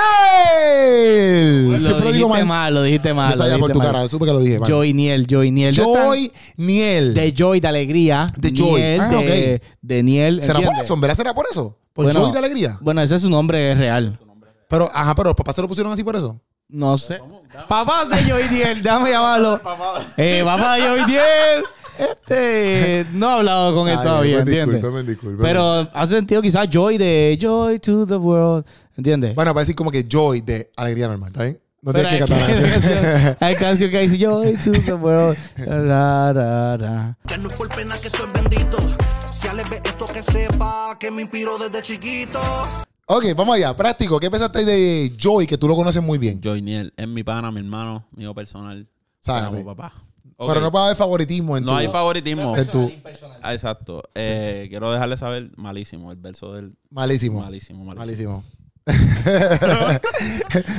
[SPEAKER 2] Lo
[SPEAKER 1] Siempre lo digo
[SPEAKER 2] dijiste
[SPEAKER 1] mal.
[SPEAKER 2] mal, lo dijiste mal.
[SPEAKER 1] Yo
[SPEAKER 2] lo
[SPEAKER 1] sabía por
[SPEAKER 2] dijiste
[SPEAKER 1] tu
[SPEAKER 2] mal.
[SPEAKER 1] cara, supe que lo dije. mal.
[SPEAKER 2] Joy Niel, Joy Niel.
[SPEAKER 1] Joy Niel.
[SPEAKER 2] De Joy, de alegría.
[SPEAKER 1] De Joy.
[SPEAKER 2] Niel,
[SPEAKER 1] Ah,
[SPEAKER 2] de, de Niel.
[SPEAKER 1] ¿Será por
[SPEAKER 2] ¿entiendes?
[SPEAKER 1] eso? ¿En verdad será por eso? ¿Por
[SPEAKER 2] Bueno,
[SPEAKER 1] Joy de Alegría?
[SPEAKER 2] Bueno, ese es su nombre real.
[SPEAKER 1] Pero, ajá, pero los papás se lo pusieron así por eso.
[SPEAKER 2] No sé. Papás de Joy Diel, déjame llamarlo. Eh, papá de Joy Diel. Este no ha hablado con él
[SPEAKER 1] Ay,
[SPEAKER 2] todavía,
[SPEAKER 1] me
[SPEAKER 2] ¿entiendes?
[SPEAKER 1] disculpa, me disculpa.
[SPEAKER 2] Pero hace sentido quizás Joy de Joy to the world, ¿entiendes?
[SPEAKER 1] Bueno, parece como que Joy de Alegría Normal, ¿está bien? No
[SPEAKER 2] Pero
[SPEAKER 1] tienes que cantar
[SPEAKER 2] hay
[SPEAKER 1] la canción.
[SPEAKER 2] canción- *laughs* Hay canción que dice Joy to the world. ra, ra, ra.
[SPEAKER 6] Que no es por pena que estoy bendito. Si Ale ve esto que sepa que me inspiró desde chiquito.
[SPEAKER 1] *laughs* Ok, vamos allá. Práctico, ¿qué pensaste de Joy que tú lo conoces muy bien?
[SPEAKER 3] Joyniel es mi pana, mi hermano, mío personal.
[SPEAKER 1] Sabes,
[SPEAKER 3] Te
[SPEAKER 1] Ah, sí.
[SPEAKER 3] amo, Ah, papá.
[SPEAKER 1] Pero
[SPEAKER 3] Ok.
[SPEAKER 1] no puede haber favoritismo en
[SPEAKER 3] No
[SPEAKER 1] tu-
[SPEAKER 3] hay favoritismo.
[SPEAKER 1] en tu
[SPEAKER 3] Ah, Exacto. Eh, Quiero dejarle saber, malísimo, el verso del...
[SPEAKER 1] malísimo. Malísimo.
[SPEAKER 3] Malísimo, malísimo.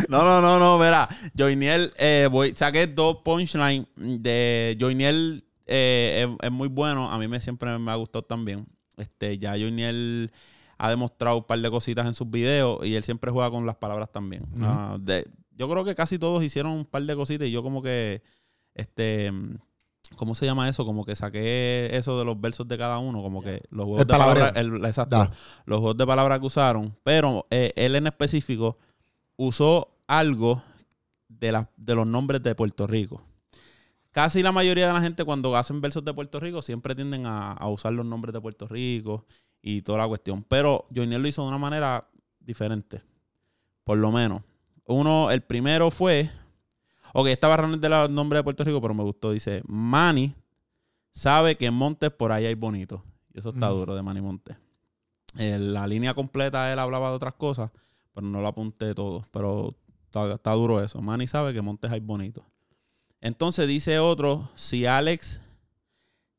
[SPEAKER 3] No, no, no, no, verá. Joyniel, eh, voy, saqué dos punchlines de Joyniel. eh, es, es muy bueno, a mí me siempre me ha gustado también. Este, ya Joyniel ha demostrado un par de cositas en sus videos y él siempre juega con las palabras también. Ah, de- yo creo que casi todos hicieron un par de cositas y yo como que, este, ¿cómo se llama eso? Como que saqué eso de los versos de cada uno, como que los juegos
[SPEAKER 1] El
[SPEAKER 3] de palabras,
[SPEAKER 1] palabreo.
[SPEAKER 3] el- exacto,
[SPEAKER 1] Da.
[SPEAKER 3] los juegos de palabras que usaron, pero eh, él en específico usó algo de, la- de los nombres de Puerto Rico. Casi la mayoría de la gente cuando hacen versos de Puerto Rico siempre tienden a, a usar los nombres de Puerto Rico y toda la cuestión. Pero Joynier lo hizo de una manera diferente, por lo menos. Uno, el primero fue, ok, esta barra no es de los nombres de Puerto Rico, pero me gustó. Dice, Manny sabe que en Montes por ahí hay bonito. Y eso está
[SPEAKER 1] Ujú.
[SPEAKER 3] duro de Manny Montes. Eh, la línea completa él hablaba de otras cosas, pero no lo apunté todo. Pero está, está duro eso. Manny sabe que Montes hay bonito. Entonces dice otro, si Alex,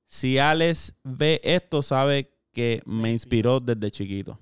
[SPEAKER 3] si Alex ve esto, sabe que me inspiró desde chiquito.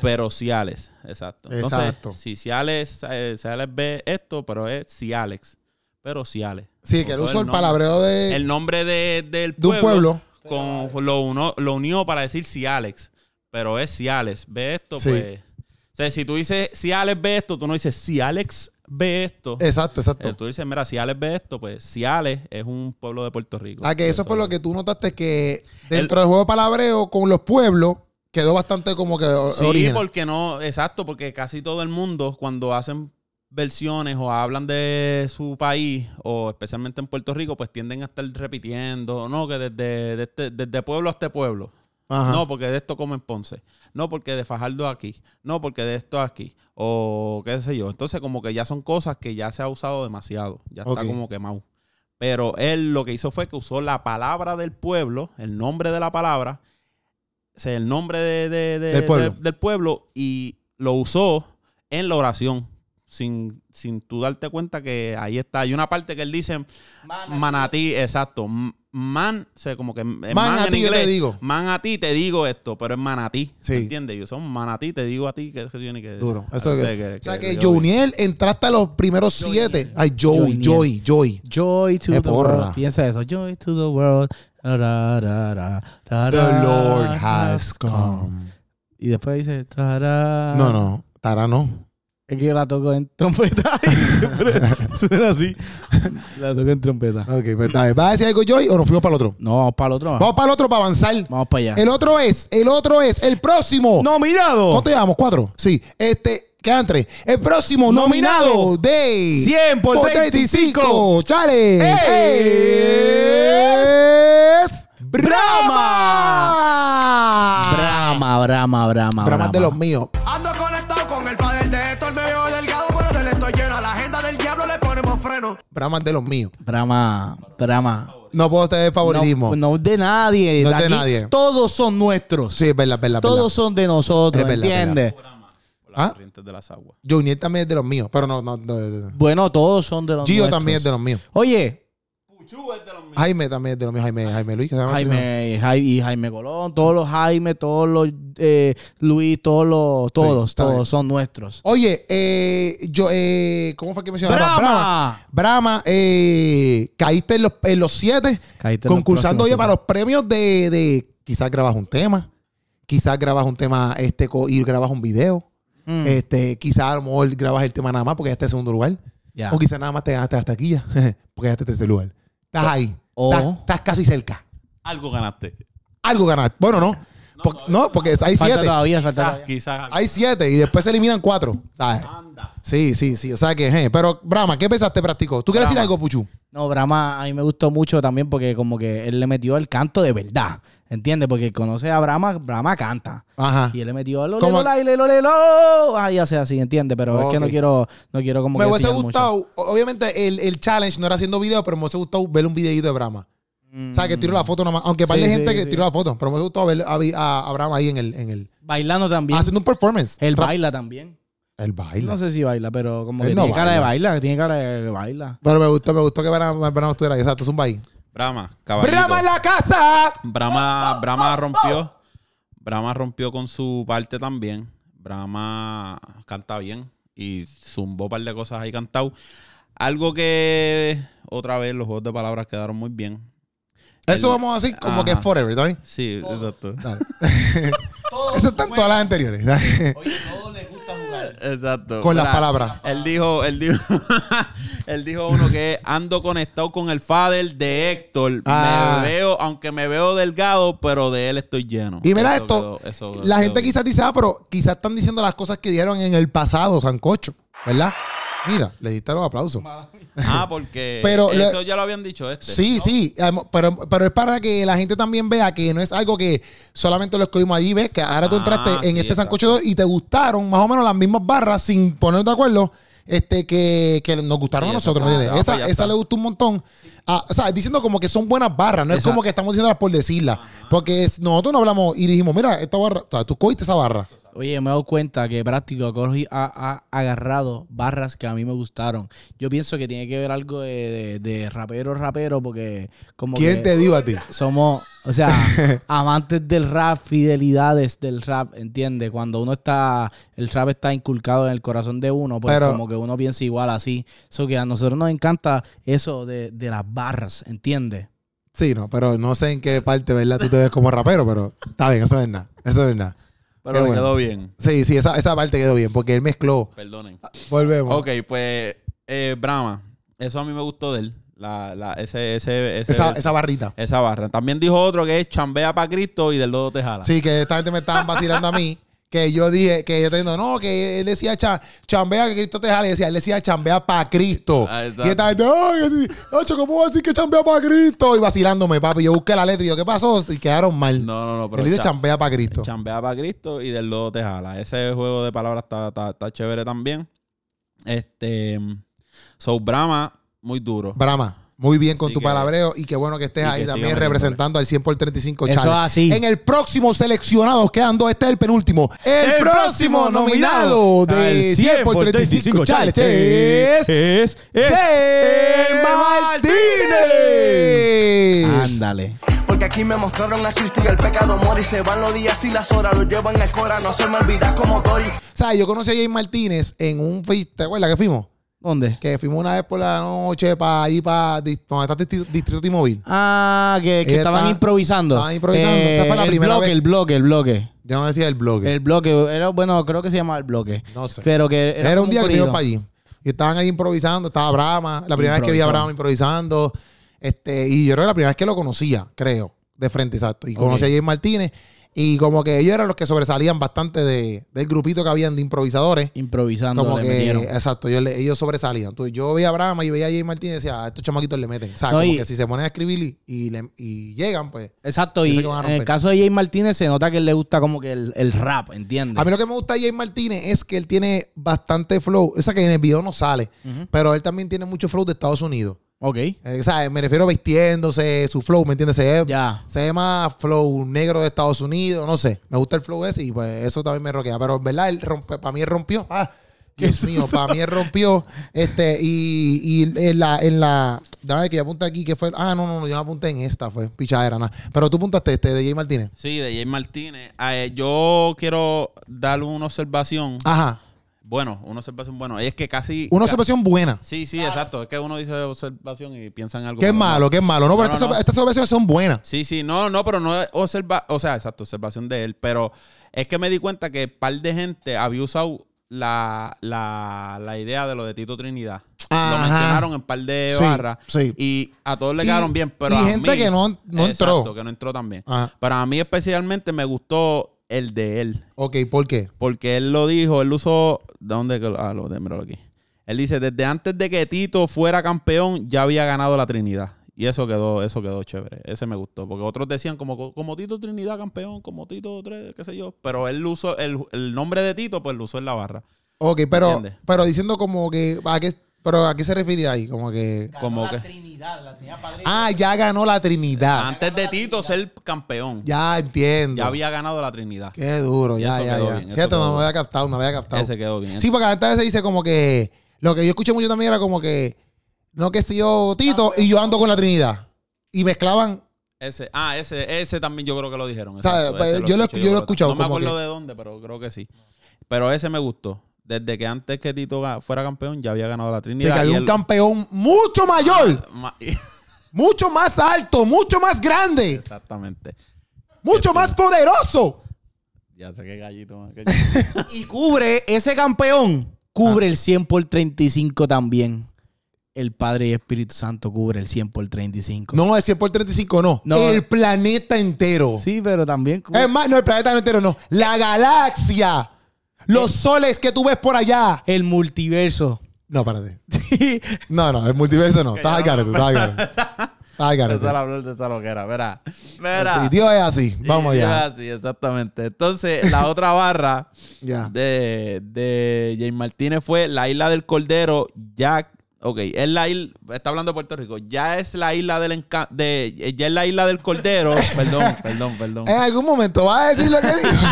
[SPEAKER 3] Pero si Alex, exacto. Entonces,
[SPEAKER 1] Exacto.
[SPEAKER 3] si, si Alex, eh, si Alex ve esto, pero es si Alex. Pero si Alex.
[SPEAKER 1] Sí, que él
[SPEAKER 3] Usó
[SPEAKER 1] usó el
[SPEAKER 3] nombre-
[SPEAKER 1] palabreo de,
[SPEAKER 3] El nombre de- del
[SPEAKER 1] Eh, de un pueblo.
[SPEAKER 3] con lo, uno, lo unió para decir si Alex. Pero es si Alex ve esto,
[SPEAKER 1] Sí.
[SPEAKER 3] pues. O sea, si tú dices si Alex ve esto, tú no dices si Alex ve esto.
[SPEAKER 1] Exacto, exacto.
[SPEAKER 3] Eh, tú dices, mira, si Alex ve esto, pues si Alex es un pueblo de Puerto Rico.
[SPEAKER 1] Ah, que eso fue lo que tú notaste que dentro
[SPEAKER 3] El-
[SPEAKER 1] del juego de palabreo con los pueblos quedó bastante como que o-
[SPEAKER 3] Sí,
[SPEAKER 1] original.
[SPEAKER 3] porque no, exacto, porque casi todo el mundo cuando hacen versiones o hablan de su país o especialmente en Puerto Rico, pues tienden a estar repitiendo, ¿no? Que desde, desde, desde pueblo hasta pueblo.
[SPEAKER 1] Ajá.
[SPEAKER 3] No, porque de esto como en Ponce. No, porque de Fajardo aquí. No, porque de esto aquí. O qué sé yo. Entonces, como que ya son cosas que ya se ha usado demasiado. Ya
[SPEAKER 1] Ok.
[SPEAKER 3] está como quemado. Pero él lo que hizo fue que usó la palabra del pueblo, el nombre de la palabra, o sea, el nombre de- de- de-
[SPEAKER 1] Del pueblo.
[SPEAKER 3] del pueblo y lo usó en la oración. Sin, sin tú darte cuenta que ahí está. Hay una parte que él dice manatí, exacto. M- Man, o sea, como que man,
[SPEAKER 1] Man a
[SPEAKER 3] en
[SPEAKER 1] ti, yo te
[SPEAKER 3] inglés.
[SPEAKER 1] digo.
[SPEAKER 3] Man a ti te digo esto, pero es manatí.
[SPEAKER 1] Sí.
[SPEAKER 3] ¿me ¿Entiendes? Yo son manatí, te digo a ti que es que yo ni que.
[SPEAKER 1] Duro. Eso
[SPEAKER 3] o
[SPEAKER 1] es
[SPEAKER 3] sea,
[SPEAKER 1] que- o sea que,
[SPEAKER 3] yo-
[SPEAKER 1] Joniel entra hasta los primeros siete. Ay, Joey,
[SPEAKER 2] Joniel.
[SPEAKER 1] Joey, Joey.
[SPEAKER 2] Joy to
[SPEAKER 1] Eh,
[SPEAKER 2] the
[SPEAKER 1] porra.
[SPEAKER 2] world. Piensa eso. Joy to the world. Ra, ra, ra, ra, ra,
[SPEAKER 1] The
[SPEAKER 2] ra,
[SPEAKER 1] Lord has
[SPEAKER 2] has come.
[SPEAKER 1] come.
[SPEAKER 2] Y después dice. ra, ra.
[SPEAKER 1] No, no. Tara no.
[SPEAKER 2] Es que yo la toco en trompeta. *laughs* y
[SPEAKER 1] *laughs*
[SPEAKER 2] siempre suena así. La toco en trompeta.
[SPEAKER 1] Ok, pues está bien. ¿Vas a decir algo, Joey, o nos fuimos para el otro?
[SPEAKER 2] No, vamos para el otro. Vamos,
[SPEAKER 1] Vamos para el otro para avanzar.
[SPEAKER 2] para allá.
[SPEAKER 1] El otro es, el otro es, el próximo.
[SPEAKER 2] ¡Nominado!
[SPEAKER 1] ¿Cuánto llevamos? ¿Cuatro? Sí. Este, quedan tres. El próximo
[SPEAKER 2] Nominado.
[SPEAKER 1] nominado, de
[SPEAKER 2] 100 por
[SPEAKER 1] 35 Challenge es Brahma.
[SPEAKER 2] Brama, brama, brama.
[SPEAKER 1] Brahma es de los míos.
[SPEAKER 6] Ando conectado con el padre de Héctor, me veo delgado, pero del estoy lleno. A la agenda del diablo le ponemos freno.
[SPEAKER 1] Brahma es de los míos.
[SPEAKER 2] Brama, brama.
[SPEAKER 1] No puedo tener favoritismo.
[SPEAKER 2] No, no de nadie.
[SPEAKER 1] No es de
[SPEAKER 2] Aquí
[SPEAKER 1] nadie.
[SPEAKER 2] Todos son nuestros.
[SPEAKER 1] Sí, es verdad, es verdad. es
[SPEAKER 2] todos son de nosotros,
[SPEAKER 1] Es verdad,
[SPEAKER 2] ¿entiendes?
[SPEAKER 3] Por las
[SPEAKER 1] ¿Ah?
[SPEAKER 3] corrientes de las aguas.
[SPEAKER 1] verdad. Junior también es de los míos, pero no, no, no, no, no.
[SPEAKER 2] Bueno, todos son de los
[SPEAKER 1] Gio
[SPEAKER 2] nuestros.
[SPEAKER 1] también es de los míos.
[SPEAKER 2] Oye,
[SPEAKER 1] Jaime también es de los míos. Jaime, Jaime Luis. que se llama.
[SPEAKER 2] Jaime, Jai- y Jaime Colón, todos los Jaime, todos los eh, Luis, todos los, todos,
[SPEAKER 1] está bien.
[SPEAKER 2] todos son nuestros.
[SPEAKER 1] Oye, eh, yo, eh, ¿cómo fue que mencionaron?
[SPEAKER 2] ¡Brama!
[SPEAKER 1] Brahma, eh, caíste en los, en los siete,
[SPEAKER 2] Caíste en los
[SPEAKER 1] concursando
[SPEAKER 2] próximos
[SPEAKER 1] oye,
[SPEAKER 2] siete.
[SPEAKER 1] para los premios de, de quizás grabas un tema, quizás grabas un tema este co- y grabas un video,
[SPEAKER 2] Mm.
[SPEAKER 1] este, quizás a lo mejor grabas el tema nada más porque ya está en segundo lugar,
[SPEAKER 2] Mm, Ya.
[SPEAKER 1] o quizás nada más te ganaste hasta aquí ya, *laughs* porque ya está en tercer lugar. Estás ahí,
[SPEAKER 2] o-
[SPEAKER 1] estás, estás casi cerca.
[SPEAKER 3] Algo ganaste.
[SPEAKER 1] Algo ganaste. Bueno, no, Por- no, porque hay
[SPEAKER 2] Falta
[SPEAKER 1] siete.
[SPEAKER 2] todavía, falta
[SPEAKER 3] Quizás,
[SPEAKER 2] todavía.
[SPEAKER 3] quizás.
[SPEAKER 1] Hay siete y después se eliminan cuatro, ¿sabes?
[SPEAKER 3] Anda.
[SPEAKER 1] Sí, sí, sí. O sea que, eh, pero Brahma, ¿qué pensaste, práctico? ¿Tú quieres decir
[SPEAKER 3] Brahma.
[SPEAKER 1] algo, Puchu?
[SPEAKER 2] No, Brahma a mí me gustó mucho también porque como que él le metió el canto de verdad, ¿entiendes? Porque conoce a Brahma, Brahma canta.
[SPEAKER 1] Ajá.
[SPEAKER 2] Y él le metió lo
[SPEAKER 1] ¿Cómo?
[SPEAKER 2] lo la, y le, lo le, lo. Ah, ya sea así, ¿entiendes? Pero es que no
[SPEAKER 1] Ok.
[SPEAKER 2] quiero, no quiero como
[SPEAKER 1] me
[SPEAKER 2] que
[SPEAKER 1] hubiese
[SPEAKER 2] enseñar mucho.
[SPEAKER 1] gustado, o- obviamente el, el challenge no era haciendo video, pero me hubiese gustado ver un videito de Brahma.
[SPEAKER 2] Mm.
[SPEAKER 1] O sea, que tiró la foto nomás. Aunque
[SPEAKER 2] Sí,
[SPEAKER 1] par de
[SPEAKER 2] sí,
[SPEAKER 1] gente que
[SPEAKER 2] sí.
[SPEAKER 1] tiró la foto, pero me hubiese gustado ver a, a- a Brahma ahí en el, en el
[SPEAKER 2] Bailando también.
[SPEAKER 1] haciendo un performance.
[SPEAKER 2] Él
[SPEAKER 1] Ra-
[SPEAKER 2] baila también.
[SPEAKER 1] El
[SPEAKER 2] No
[SPEAKER 1] baila.
[SPEAKER 2] sé si baila, pero como
[SPEAKER 1] Él
[SPEAKER 2] que
[SPEAKER 1] no
[SPEAKER 2] tiene cara de
[SPEAKER 1] baila.
[SPEAKER 2] baila, tiene cara de que baila.
[SPEAKER 1] Pero me gustó, me gustó que Brahma, Brahma estuviera ahí. Exacto, zumba ahí.
[SPEAKER 3] Brahma, caballito.
[SPEAKER 1] ¡Brahma en la casa!
[SPEAKER 3] Brahma, Brahma rompió. Brahma rompió con su parte también. Brahma canta bien y zumbó un par de cosas ahí cantado. Algo que otra vez los juegos de palabras quedaron muy bien.
[SPEAKER 1] Eso
[SPEAKER 3] El-
[SPEAKER 1] vamos a decir como
[SPEAKER 3] Ajá.
[SPEAKER 1] que es forever, ¿está bien?
[SPEAKER 3] Sí, exacto. *laughs*
[SPEAKER 1] Eso está en todas las anteriores.
[SPEAKER 2] Oye, todos les gusta jugar.
[SPEAKER 3] Exacto.
[SPEAKER 1] Con las
[SPEAKER 3] Mira,
[SPEAKER 1] palabras.
[SPEAKER 3] Él dijo, él dijo, *laughs* él dijo uno que ando conectado con el father de Héctor.
[SPEAKER 1] Ah.
[SPEAKER 3] Me veo, aunque me veo delgado, pero de él estoy lleno.
[SPEAKER 1] Y mira
[SPEAKER 3] Eso
[SPEAKER 1] esto,
[SPEAKER 3] quedó- eso
[SPEAKER 1] la
[SPEAKER 3] quedó
[SPEAKER 1] gente
[SPEAKER 3] bien.
[SPEAKER 1] quizás dice, ah, pero quizás están diciendo las cosas que dieron en el pasado, Sancocho, ¿verdad? Mira, le diste los aplausos.
[SPEAKER 3] Ah, porque
[SPEAKER 1] *laughs* Pero le-
[SPEAKER 3] eso ya lo habían dicho este.
[SPEAKER 1] Sí, sí, am- pero, pero es para que la gente también vea que no es algo que solamente lo escogimos allí, ves que ahora tú
[SPEAKER 3] Ah,
[SPEAKER 1] entraste en
[SPEAKER 3] sí,
[SPEAKER 1] este
[SPEAKER 3] exacto.
[SPEAKER 1] Sancocho 2 y te gustaron más o menos las mismas barras sin ponernos de acuerdo. Este, que, que nos gustaron
[SPEAKER 3] Sí,
[SPEAKER 1] a nosotros, ¿me
[SPEAKER 3] exacto.
[SPEAKER 1] entiendes?
[SPEAKER 3] Ah,
[SPEAKER 1] Esa,
[SPEAKER 3] pues ya
[SPEAKER 1] esa
[SPEAKER 3] está.
[SPEAKER 1] le gustó un montón. Ah, o sea, diciendo como que son buenas barras, no es como que estamos diciéndolas por decirlas. Porque es- nosotros no hablamos y dijimos, mira, esta barra, o sea, tú cogiste esa barra.
[SPEAKER 2] Oye, me he dado cuenta que práctico ha, cogi- ha- ha agarrado barras que a mí me gustaron. Yo pienso que tiene que ver algo de, de- de rapero, rapero, porque como
[SPEAKER 1] ¿Quién
[SPEAKER 2] que
[SPEAKER 1] te dijo a ti?
[SPEAKER 2] somos, o sea, *laughs* amantes del rap, fidelidades del rap, ¿entiendes? Cuando uno está, el rap está inculcado en el corazón de uno, pues
[SPEAKER 1] Pero-
[SPEAKER 2] como que uno piensa igual así. Eso que a nosotros nos encanta eso de, de las barras, ¿entiendes?
[SPEAKER 1] Sí, no, pero no sé en qué parte, ¿verdad? Tú te ves como rapero, pero está bien, eso no es nada. Eso no es nada.
[SPEAKER 3] Pero
[SPEAKER 1] Qué
[SPEAKER 3] le
[SPEAKER 1] bueno.
[SPEAKER 3] quedó bien.
[SPEAKER 1] Sí, sí, esa, esa parte quedó bien, porque él mezcló.
[SPEAKER 3] Perdonen.
[SPEAKER 1] Ah, Volvemos.
[SPEAKER 3] Ok, pues eh, Brahma, eso a mí me gustó de él. La, la- ese, ese, ese-
[SPEAKER 1] Esa,
[SPEAKER 3] esa,
[SPEAKER 1] esa barrita.
[SPEAKER 3] barra. También dijo otro que es chambea para Cristo y del lodo te jala.
[SPEAKER 1] Sí, que esta gente me estaban vacilando a mí. que yo dije, que yo estoy diciendo, no, que él decía, "Cha- chambea que Cristo te jale. Y decía, él decía, chambea para Cristo.
[SPEAKER 3] Ah, exacto.
[SPEAKER 1] y esta gente, ay, así, "Acho, ¿cómo voy a decir que chambea para Cristo? Y vacilándome, papi. Yo busqué la letra y yo, ¿qué pasó? Y quedaron mal.
[SPEAKER 3] No, no, no. Pero
[SPEAKER 1] él dice,
[SPEAKER 3] cha-
[SPEAKER 1] chambea para Cristo.
[SPEAKER 3] Chambea para Cristo y del lodo te jala. Ese juego de palabras está, está- está chévere también. Este. So, Brahma, muy duro.
[SPEAKER 1] Brahma, muy bien con
[SPEAKER 3] Así
[SPEAKER 1] tu
[SPEAKER 3] que-
[SPEAKER 1] palabreo y qué bueno que estés
[SPEAKER 3] y que
[SPEAKER 1] ahí
[SPEAKER 3] siga
[SPEAKER 1] también
[SPEAKER 3] metiéndole.
[SPEAKER 1] representando al 100 por 35
[SPEAKER 2] Eso es
[SPEAKER 1] challenge.
[SPEAKER 2] así.
[SPEAKER 1] En el próximo seleccionado, quedando este es el penúltimo. El, próximo nominado de 100 por 35 challenge Eh, es
[SPEAKER 2] es,
[SPEAKER 1] Jay Martínez.
[SPEAKER 2] Ándale.
[SPEAKER 6] Porque aquí me mostraron a Cristo y el pecado mori se van los días y las horas, lo llevan al cora, no se me olvida como Tori.
[SPEAKER 1] O sea, yo conocí a Jay Martínez en un feed, ¿te acuerdas que fuimos?
[SPEAKER 2] ¿Dónde?
[SPEAKER 1] Que fuimos una vez por la noche para ir para donde está Distrito- Distrito T-Mobile.
[SPEAKER 2] Ah, que, que
[SPEAKER 1] Ella
[SPEAKER 2] estaban
[SPEAKER 1] está-
[SPEAKER 2] improvisando. Eh,
[SPEAKER 1] estaban improvisando. Esa fue la
[SPEAKER 2] el
[SPEAKER 1] primera
[SPEAKER 2] bloque,
[SPEAKER 1] vez.
[SPEAKER 2] El bloque, el bloque.
[SPEAKER 1] Yo no decía el blog.
[SPEAKER 2] El bloque. Era, bueno, creo que se llamaba el bloque.
[SPEAKER 1] No sé.
[SPEAKER 2] Pero que era,
[SPEAKER 1] Era,
[SPEAKER 2] como
[SPEAKER 1] un día que
[SPEAKER 2] corrido.
[SPEAKER 1] íbamos para allí. Y estaban ahí improvisando, estaba Brahma. La primera vez que vi a
[SPEAKER 2] Improvisó.
[SPEAKER 1] Brahma improvisando. Este, y yo creo que la primera vez que lo conocía, creo, de frente, exacto. Y conocí
[SPEAKER 2] Ok.
[SPEAKER 1] a Jay Martínez. Y como que ellos eran los que sobresalían bastante de- del grupito que habían de improvisadores.
[SPEAKER 2] Improvisando.
[SPEAKER 1] Como
[SPEAKER 2] le
[SPEAKER 1] que,
[SPEAKER 2] metieron.
[SPEAKER 1] exacto, ellos, le- ellos sobresalían. Entonces yo veía a Brahma y veía a Jay Martínez y decía, a estos chamaquitos le meten. O sea,
[SPEAKER 2] No,
[SPEAKER 1] como
[SPEAKER 2] y-
[SPEAKER 1] que si se ponen a escribir y, y le- y llegan, pues.
[SPEAKER 2] Exacto,
[SPEAKER 1] Yo
[SPEAKER 2] y
[SPEAKER 1] sé que van a
[SPEAKER 2] en el
[SPEAKER 1] romper.
[SPEAKER 2] caso de Jay Martínez se nota que él le gusta como que el, el rap, ¿entiendes?
[SPEAKER 1] A mí lo que me gusta de Jay Martínez es que él tiene bastante flow. Esa que en el video no sale,
[SPEAKER 2] Ujú.
[SPEAKER 1] pero él también tiene mucho flow de Estados Unidos.
[SPEAKER 2] Ok,
[SPEAKER 1] Eh, o sea, me refiero vistiéndose, su flow, ¿me entiendes? Se ve,
[SPEAKER 2] ya.
[SPEAKER 1] se ve más flow negro de Estados Unidos, no sé. Me gusta el flow ese y pues eso también me roquea. Pero en verdad, él rompe, para mí él rompió. Ah, Dios mío, para mí él rompió. Este, y, y en la, en la, dame que yo apunté aquí, que fue, ah, no, no, no, yo no apunté en esta, fue pichadera, nada. Pero tú apuntaste este de Jay Martínez.
[SPEAKER 3] Sí, de Jay Martínez. Ah, eh, yo quiero darle una observación.
[SPEAKER 1] Ajá,
[SPEAKER 3] Bueno, una observación. Bueno, es que casi.
[SPEAKER 1] Ah. una
[SPEAKER 3] ca-
[SPEAKER 1] observación buena.
[SPEAKER 3] Sí, sí, exacto. Es que uno dice observación y piensa en algo.
[SPEAKER 1] Qué
[SPEAKER 3] pero no.
[SPEAKER 1] malo, qué malo. No, pero
[SPEAKER 3] No,
[SPEAKER 1] estas,
[SPEAKER 3] no, no.
[SPEAKER 1] estas observaciones son buenas.
[SPEAKER 3] Sí, sí, no, no, pero no es observa, o sea, exacto, observación de él, pero es que me di cuenta que par de gente había usado la, la, la idea de lo de Tito Trinidad. Lo
[SPEAKER 1] Ajá.
[SPEAKER 3] mencionaron en par de
[SPEAKER 1] Sí,
[SPEAKER 3] barras
[SPEAKER 1] sí.
[SPEAKER 3] y a todos le
[SPEAKER 1] Y-
[SPEAKER 3] quedaron bien, pero
[SPEAKER 1] y
[SPEAKER 3] a
[SPEAKER 1] gente
[SPEAKER 3] mí-
[SPEAKER 1] que no- no entró.
[SPEAKER 3] Exacto, que no entró también.
[SPEAKER 1] Ajá.
[SPEAKER 3] Pero a mí especialmente me gustó el de él,
[SPEAKER 1] Ok, ¿por qué?
[SPEAKER 3] porque él lo dijo, él usó. ¿De dónde? que lo- Ah, lo, de- míralo aquí. Él dice: Desde antes de que Tito fuera campeón, ya había ganado la Trinidad. Y eso quedó, eso quedó chévere. Ese me gustó. Porque otros decían como, como Tito Trinidad campeón, como Tito 3, qué sé yo. Pero él usó el, el nombre de Tito, pues lo usó en la barra.
[SPEAKER 1] Ok, pero,
[SPEAKER 3] ¿Entiendes?
[SPEAKER 1] pero diciendo como que. ¿a qué, ¿Pero a qué se refiere ahí? Como que.
[SPEAKER 3] Como que
[SPEAKER 2] Trinidad, la Trinidad Padre.
[SPEAKER 1] Ah, ya ganó la Trinidad.
[SPEAKER 3] antes de Tito ser campeón, Ah, ya,
[SPEAKER 1] Ya entiendo.
[SPEAKER 3] había ganado la Trinidad.
[SPEAKER 1] Qué duro,
[SPEAKER 3] Y
[SPEAKER 1] ya,
[SPEAKER 3] eso
[SPEAKER 1] ya,
[SPEAKER 3] quedó
[SPEAKER 1] ya.
[SPEAKER 3] bien, eso
[SPEAKER 1] Fíjate,
[SPEAKER 3] quedó
[SPEAKER 1] no lo había
[SPEAKER 3] bien.
[SPEAKER 1] captado, no lo había captado.
[SPEAKER 3] Ese quedó bien.
[SPEAKER 1] Sí, porque a veces se dice como que. Lo que yo escuché mucho también era como que. No, que si yo Tito
[SPEAKER 3] Ah,
[SPEAKER 1] y yo
[SPEAKER 3] eh,
[SPEAKER 1] ando con la Trinidad. Y mezclaban.
[SPEAKER 3] Ese, ah, ese, ese también yo creo que lo dijeron.
[SPEAKER 1] sea,
[SPEAKER 3] exacto,
[SPEAKER 1] pues,
[SPEAKER 3] ese
[SPEAKER 1] yo lo-
[SPEAKER 3] escuché,
[SPEAKER 1] yo lo he
[SPEAKER 3] creo que-
[SPEAKER 1] escuchado
[SPEAKER 3] No me
[SPEAKER 1] como
[SPEAKER 3] acuerdo
[SPEAKER 1] que-
[SPEAKER 3] de dónde, pero creo que sí. Pero ese me gustó. Desde que antes que Tito ga- fuera campeón, ya había ganado la
[SPEAKER 1] de que
[SPEAKER 3] Trinidad.
[SPEAKER 1] había
[SPEAKER 3] y
[SPEAKER 1] un
[SPEAKER 3] él-
[SPEAKER 1] campeón mucho mayor,
[SPEAKER 3] Ma- *laughs*
[SPEAKER 1] mucho más alto, mucho más grande,
[SPEAKER 3] Exactamente. Este.
[SPEAKER 1] mucho más poderoso.
[SPEAKER 3] Ya sé qué gallito. man,
[SPEAKER 1] *laughs*
[SPEAKER 3] qué-
[SPEAKER 2] Y cubre ese campeón,
[SPEAKER 1] ah.
[SPEAKER 2] cubre el 100 por 35 también. El Padre y Espíritu Santo cubre el 100 por 35.
[SPEAKER 1] No, el 100 por 35, no.
[SPEAKER 2] No.
[SPEAKER 1] El planeta entero.
[SPEAKER 2] Sí, pero también cubre.
[SPEAKER 1] Es más, no, el planeta entero no. La galaxia. Los
[SPEAKER 3] Eh.
[SPEAKER 1] soles que tú ves por allá.
[SPEAKER 2] el multiverso. *laughs*
[SPEAKER 1] No, espérate. No, no, el multiverso
[SPEAKER 3] *laughs*
[SPEAKER 1] no. Estás al garete, estás al garete. Estás al garete.
[SPEAKER 3] Empezar a hablar de esa loquera, verá.
[SPEAKER 1] Sí,
[SPEAKER 3] Verá.
[SPEAKER 1] Dios es así. Vamos
[SPEAKER 3] Y-
[SPEAKER 1] allá.
[SPEAKER 3] ah, Sí, exactamente.
[SPEAKER 1] *laughs*
[SPEAKER 3] Entonces, la otra barra
[SPEAKER 1] Ya.
[SPEAKER 3] de, de James Martínez fue la isla del Cordero. Ya, ok, es la isla, está hablando de Puerto Rico. Ya es la isla del enca- de, ya es la isla del
[SPEAKER 1] *laughs*
[SPEAKER 3] Cordero. perdón, perdón, perdón.
[SPEAKER 1] En algún momento vas a decir lo que
[SPEAKER 3] *laughs*
[SPEAKER 1] digo.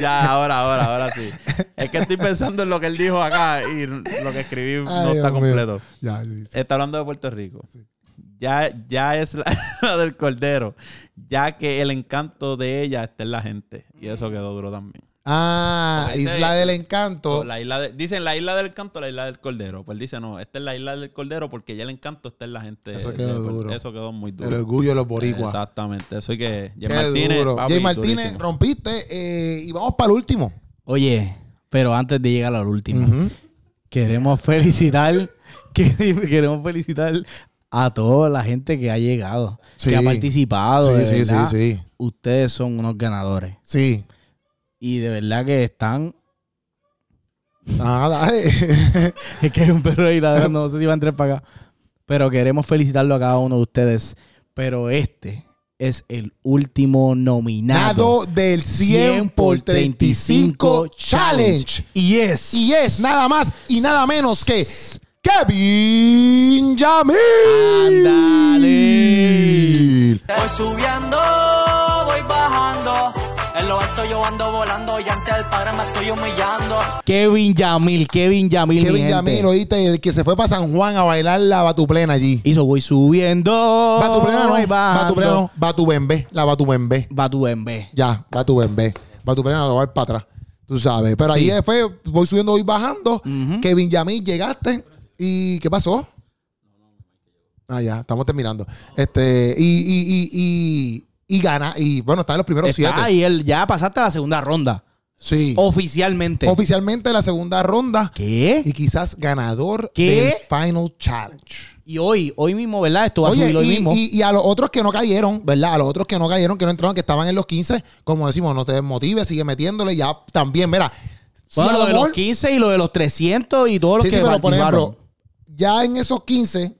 [SPEAKER 3] Ya, ahora, ahora, ahora sí. Es que estoy pensando en lo que él dijo acá y lo que escribí no
[SPEAKER 1] Ay,
[SPEAKER 3] está
[SPEAKER 1] Dios mío.
[SPEAKER 3] completo. Eh,
[SPEAKER 1] Ya, sí, sí.
[SPEAKER 3] Está hablando de Puerto Rico. Ya, ya es la, *laughs* la del Cordero, ya que el encanto de ella está en la gente. Y eso quedó duro también.
[SPEAKER 1] Ah,
[SPEAKER 3] Porque ese-
[SPEAKER 1] Isla del Encanto.
[SPEAKER 3] La isla de- dicen la isla del canto, la isla del Cordero. Pues dice, no, esta es la isla del Cordero porque ya el encanto está en la gente.
[SPEAKER 1] Eso
[SPEAKER 3] de-
[SPEAKER 1] quedó
[SPEAKER 3] de-
[SPEAKER 1] duro.
[SPEAKER 3] Eso quedó muy duro.
[SPEAKER 1] El orgullo de los boricuas.
[SPEAKER 3] Exactamente. Eso hay que... Jay
[SPEAKER 1] Qué
[SPEAKER 3] Martínez,
[SPEAKER 1] duro.
[SPEAKER 3] papi,
[SPEAKER 1] Jay Martínez,
[SPEAKER 3] durísimo.
[SPEAKER 1] rompiste eh, y vamos para el último.
[SPEAKER 2] Oye, pero antes de llegar al último.
[SPEAKER 1] Ujú.
[SPEAKER 2] *laughs* Queremos felicitar, que- queremos felicitar a toda la gente que ha llegado,
[SPEAKER 1] Sí.
[SPEAKER 2] que ha participado. de
[SPEAKER 1] Sí, sí, sí,
[SPEAKER 2] verdad.
[SPEAKER 1] sí.
[SPEAKER 2] Ustedes son unos ganadores.
[SPEAKER 1] Sí.
[SPEAKER 2] Y de verdad que están. *laughs*
[SPEAKER 1] Ah, dale. *laughs*
[SPEAKER 2] Es que hay un perro ahí ladrando, no sé si van tres para acá. Pero queremos felicitarlo a cada uno de ustedes. Pero este es el último nominado.
[SPEAKER 1] Nado del 100 por 35 Challenge.
[SPEAKER 2] Y es.
[SPEAKER 1] Y es nada más y nada menos que Kevin Yamil.
[SPEAKER 2] Ándale.
[SPEAKER 6] Voy subiendo, voy bajando. En lo alto yo ando volando y ante el padre me estoy humillando.
[SPEAKER 2] Kevin Yamil, Kevin Yamil. mi
[SPEAKER 1] Kevin
[SPEAKER 2] gente.
[SPEAKER 1] Yamil, oíste, el que se fue para San Juan a bailar la batuplena allí.
[SPEAKER 2] Hizo voy subiendo.
[SPEAKER 1] Batuplena
[SPEAKER 2] voy
[SPEAKER 1] no,
[SPEAKER 2] bajando.
[SPEAKER 1] batuplena no, batubembe, la batubembe.
[SPEAKER 2] Batubembe.
[SPEAKER 1] Ya, batubembe. Batuplena lo va a ir para atrás, tú sabes. Pero ahí fue, voy subiendo, voy bajando. Kevin Yamil, llegaste. ¿Y qué pasó? Ah, ya, estamos terminando. Este, y, y, y, y, y gana, y bueno, está en los primeros siete.
[SPEAKER 2] Está, y él ya pasaste a la segunda ronda.
[SPEAKER 1] Sí.
[SPEAKER 2] Oficialmente.
[SPEAKER 1] Oficialmente la segunda ronda
[SPEAKER 2] ¿Qué?
[SPEAKER 1] y quizás ganador del
[SPEAKER 2] ¿Qué?
[SPEAKER 1] Final Challenge.
[SPEAKER 2] Y hoy, hoy mismo, ¿verdad? Esto va a subir hoy
[SPEAKER 1] y,
[SPEAKER 2] mismo.
[SPEAKER 1] y- y a los otros que no cayeron, ¿verdad? A los otros que no cayeron, que no entraron, que estaban en los 15, como decimos, no te desmotives, sigue metiéndole, ya también, mira. si
[SPEAKER 2] Bueno,
[SPEAKER 1] a
[SPEAKER 2] lo de los
[SPEAKER 1] mejor-
[SPEAKER 2] 15 y lo de los 300 y todos los
[SPEAKER 1] Sí,
[SPEAKER 2] que
[SPEAKER 1] sí, pero por
[SPEAKER 2] participaron.
[SPEAKER 1] ejemplo, ya en esos 15,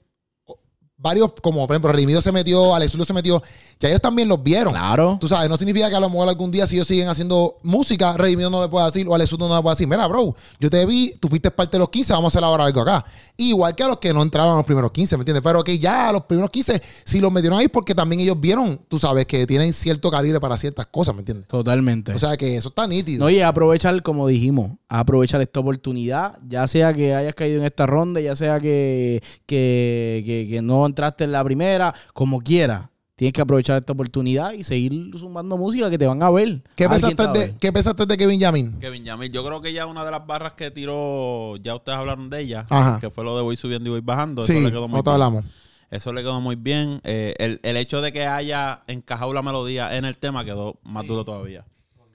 [SPEAKER 1] varios, como por ejemplo, Redimido se metió, Alex Lulo se metió, ya ellos también los vieron.
[SPEAKER 2] Claro.
[SPEAKER 1] Tú sabes, no significa que a lo mejor algún día si ellos siguen haciendo música, Redimido no le puede decir, o Alex Lulo no le puede decir, mira, bro, yo te vi, tú fuiste parte de los 15, vamos a hacer ahora algo acá. Igual que a los que no entraron a los primeros 15, ¿me entiendes? Pero que ya a los primeros 15, si los metieron ahí, porque también ellos vieron, tú sabes, que tienen cierto calibre para ciertas cosas, ¿me entiendes?
[SPEAKER 2] Totalmente.
[SPEAKER 1] O sea, que eso está nítido.
[SPEAKER 2] No, y aprovechar, como dijimos, aprovechar esta oportunidad, ya sea que hayas caído en esta ronda, ya sea que, que, que- que no entraste en la primera, como quiera. Tienes que aprovechar esta oportunidad y seguir sumando música que te van a ver.
[SPEAKER 1] ¿Qué,
[SPEAKER 2] Alguien te
[SPEAKER 1] pensaste
[SPEAKER 2] va a
[SPEAKER 1] de,
[SPEAKER 2] ver.
[SPEAKER 1] ¿Qué pensaste de Kevin Yamin?
[SPEAKER 3] Kevin Yamil, yo creo que ya una de las barras que tiró, ya ustedes hablaron de ella,
[SPEAKER 1] Ajá.
[SPEAKER 3] que fue lo de voy subiendo y voy bajando.
[SPEAKER 1] Sí,
[SPEAKER 3] eso le quedó muy
[SPEAKER 1] no te
[SPEAKER 3] bien.
[SPEAKER 1] hablamos.
[SPEAKER 3] Eso le quedó muy bien. Eh, el, el hecho de que haya encajado la melodía en el tema quedó más duro todavía.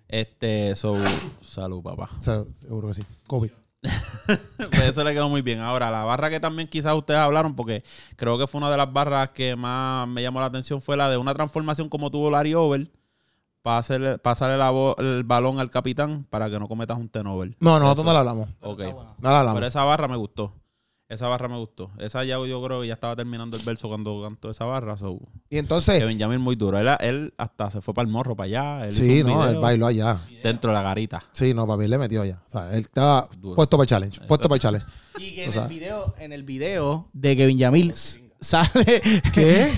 [SPEAKER 3] Este, so, *coughs* salud, papá.
[SPEAKER 1] O sea, seguro que sí. COVID.
[SPEAKER 3] Pues eso le quedó muy bien. Ahora, la barra que también quizás ustedes hablaron, porque creo que fue una de las barras que más me llamó la atención, fue la de una transformación como tuvo Larry Over, para hacerle- pasarle la bo- el balón al capitán para que no cometas un tenover.
[SPEAKER 1] No, nosotros no le hablamos.
[SPEAKER 3] Ok.
[SPEAKER 1] No le hablamos.
[SPEAKER 3] Pero esa barra me gustó. Esa barra me gustó. Esa ya yo creo que ya estaba terminando el verso cuando cantó esa barra. so,
[SPEAKER 1] Y entonces,
[SPEAKER 3] Kevin Yamil muy duro. Él, él hasta se fue para el morro, para allá. Él
[SPEAKER 1] sí,
[SPEAKER 3] hizo un
[SPEAKER 1] no,
[SPEAKER 3] video
[SPEAKER 1] él bailó allá.
[SPEAKER 3] Dentro de la garita.
[SPEAKER 1] Sí, no, papi, él le metió allá. O sea, él estaba
[SPEAKER 3] Duro.
[SPEAKER 1] puesto para el challenge. Puesto para el challenge.
[SPEAKER 2] Y que
[SPEAKER 1] O
[SPEAKER 2] en,
[SPEAKER 1] sea-
[SPEAKER 2] el video, en el video de Kevin Yamil s- sale. *laughs* ¿Qué?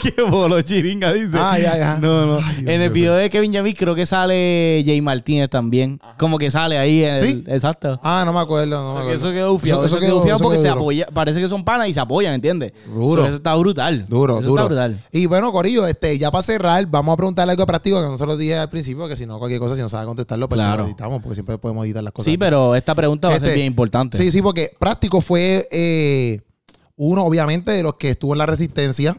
[SPEAKER 2] que bolo chiringa, dice.
[SPEAKER 1] Ah, ya, ya.
[SPEAKER 2] No, no.
[SPEAKER 1] Ay, Dios
[SPEAKER 2] en el
[SPEAKER 1] mío,
[SPEAKER 2] video de Kevin Yamil creo que sale Jay Martínez también. Como que sale ahí. En el-
[SPEAKER 1] ¿Sí?
[SPEAKER 2] exacto.
[SPEAKER 1] Ah, no me acuerdo. No me
[SPEAKER 2] Eso,
[SPEAKER 1] acuerdo.
[SPEAKER 2] eso quedó ufiado. Eso, quedó ufiado
[SPEAKER 1] eso
[SPEAKER 2] porque
[SPEAKER 1] quedó
[SPEAKER 2] se
[SPEAKER 1] duro.
[SPEAKER 2] apoya, parece que son panas y se apoyan, ¿entiendes?
[SPEAKER 1] Duro.
[SPEAKER 2] So, Eso está brutal.
[SPEAKER 1] Duro,
[SPEAKER 2] Eso
[SPEAKER 1] duro.
[SPEAKER 2] está brutal.
[SPEAKER 1] Y bueno, Corillo, este, ya para cerrar, vamos a preguntarle algo práctico que no se lo dije al principio, que si no, cualquier cosa, si no sabe contestarlo, pues
[SPEAKER 2] Claro.
[SPEAKER 1] lo editamos, porque siempre podemos editar las cosas.
[SPEAKER 2] Sí, pero esta pregunta va a ser
[SPEAKER 1] Este,
[SPEAKER 2] bien importante.
[SPEAKER 1] Sí, sí, porque práctico fue eh, uno, obviamente, de los que estuvo en la resistencia.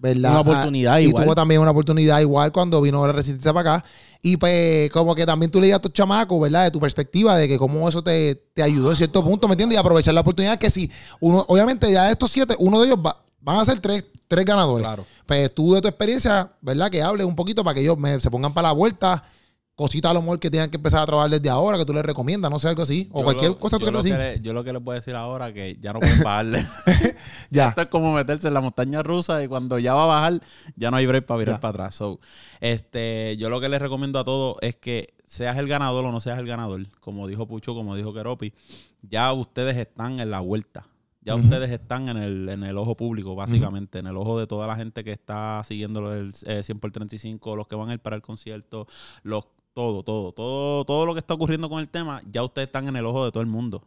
[SPEAKER 1] ¿verdad?
[SPEAKER 2] Una oportunidad
[SPEAKER 1] Ah, y
[SPEAKER 2] igual.
[SPEAKER 1] tuvo también una oportunidad igual cuando vino la resistencia para acá. Y pues, como que también tú le dices a tus chamacos, ¿verdad? De tu perspectiva, de que cómo eso te, te ayudó en cierto punto, ¿me entiendes? Y aprovechar la oportunidad que si uno, obviamente, ya de estos siete, uno de ellos va, van a ser tres, tres ganadores.
[SPEAKER 3] Claro.
[SPEAKER 1] Pues tú de tu experiencia, ¿verdad? Que hables un poquito para que ellos me- se pongan para la vuelta. Cositas a lo mejor que tengan que empezar a trabajar desde ahora, que tú les recomiendas, no sé, algo así. O
[SPEAKER 3] Yo
[SPEAKER 1] cualquier
[SPEAKER 3] lo-
[SPEAKER 1] cosa tú
[SPEAKER 3] yo lo
[SPEAKER 1] quieras decir.
[SPEAKER 3] le- Yo lo que les puedo decir ahora que ya
[SPEAKER 1] *laughs*
[SPEAKER 3] no pueden bajarle.
[SPEAKER 1] Ya.
[SPEAKER 3] Esto es como meterse en la montaña rusa y cuando ya va a bajar, ya no hay break para virar para atrás. So, este, yo lo que les recomiendo a todos es que seas el ganador o no seas el ganador, como dijo Pucho, como dijo Keropi, ya ustedes están en la vuelta. Ya ustedes están en el, en el ojo público, básicamente, en el ojo de toda la gente que está siguiendo el eh, 100 por 35, los que van a ir para el concierto, los todo, todo, todo, todo lo que está ocurriendo con el tema, ya ustedes están en el ojo de todo el mundo.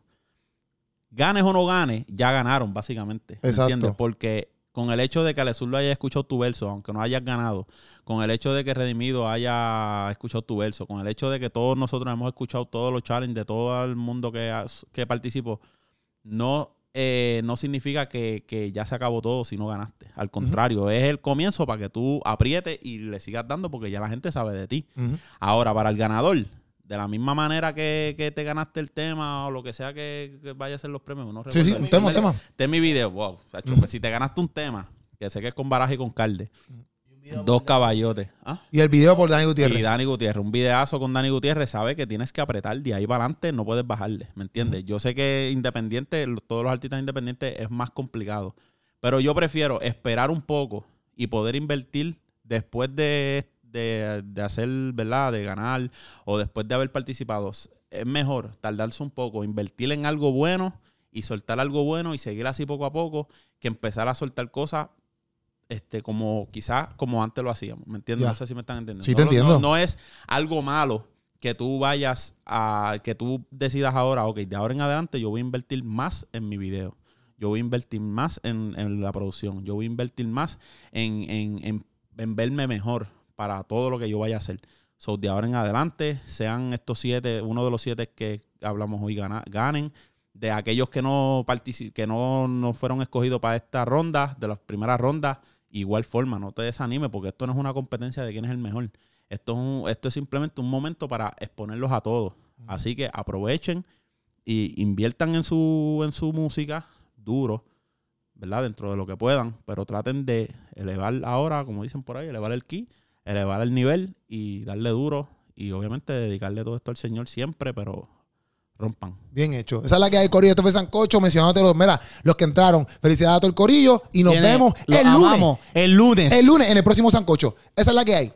[SPEAKER 3] Ganes o no ganes, ya ganaron, básicamente. ¿me
[SPEAKER 1] Exacto.
[SPEAKER 3] ¿Entiendes? Porque con el hecho de que Alezur lo haya escuchado tu verso, aunque no hayas ganado, con el hecho de que Redimido haya escuchado tu verso, con el hecho de que todos nosotros hemos escuchado todos los challenges de todo el mundo que, has- que participó, no, eh, no significa que, que ya se acabó todo si no ganaste. Al contrario, es el comienzo para que tú aprietes y le sigas dando porque ya la gente sabe de ti.
[SPEAKER 1] Ujú.
[SPEAKER 3] Ahora, para el ganador, de la misma manera que, que te ganaste el tema o lo que sea que, que vaya a ser los premios. No
[SPEAKER 1] Sí, sí,
[SPEAKER 3] recuerdo.
[SPEAKER 1] un tema, un tema.
[SPEAKER 3] Ten mi video. Wow. Sacho, pues si te ganaste un tema, que sé que es con Baraja y con Calde. Dos caballotes. ¿Ah?
[SPEAKER 1] Y el video por Dani
[SPEAKER 3] Y
[SPEAKER 1] Gutiérrez.
[SPEAKER 3] Dani Gutiérrez, un videazo con Dani Gutiérrez, sabe que tienes que apretar de ahí para adelante, no puedes bajarle, ¿me entiendes? Yo sé que independiente, lo- todos los artistas independientes es más complicado, pero yo prefiero esperar un poco y poder invertir después de, de- de hacer, ¿verdad? De ganar o después de haber participado. Es mejor tardarse un poco, invertir en algo bueno y soltar algo bueno y seguir así poco a poco que empezar a soltar cosas este, como quizás como antes lo hacíamos, ¿me entiendes?
[SPEAKER 1] Ya.
[SPEAKER 3] No sé si me están entendiendo.
[SPEAKER 1] Sí, te
[SPEAKER 3] No lo-
[SPEAKER 1] entiendo.
[SPEAKER 3] No, no es algo malo que tú vayas a, que tú decidas ahora, ok, de ahora en adelante yo voy a invertir más en mi video. Yo voy a invertir más en, en la producción. Yo voy a invertir más en, en- en- en verme mejor para todo lo que yo vaya a hacer. So, de ahora en adelante, sean estos siete, uno de los siete que hablamos hoy gana- ganen. De aquellos que no partici- que no, no fueron escogidos para esta ronda, de las primeras rondas, igual forma, no te desanimes, porque esto no es una competencia de quién es el mejor. Esto es, un- esto es simplemente un momento para exponerlos a todos. Así que aprovechen y inviertan en su, en su música duro, ¿verdad? Dentro de lo que puedan, pero traten de elevar ahora, como dicen por ahí, elevar el ki, elevar el nivel y darle duro y obviamente dedicarle todo esto al Señor siempre, pero rompan.
[SPEAKER 1] Bien hecho. Esa es la que hay, Corillo. Esto fue Sancocho. Mencionándote los, mira, los que entraron. Felicidades a todo el Corillo. Y nos
[SPEAKER 2] Tiene-
[SPEAKER 1] vemos
[SPEAKER 2] los
[SPEAKER 1] el lunes.
[SPEAKER 2] amamos. El lunes.
[SPEAKER 1] El lunes en el próximo Sancocho. Esa es la que hay.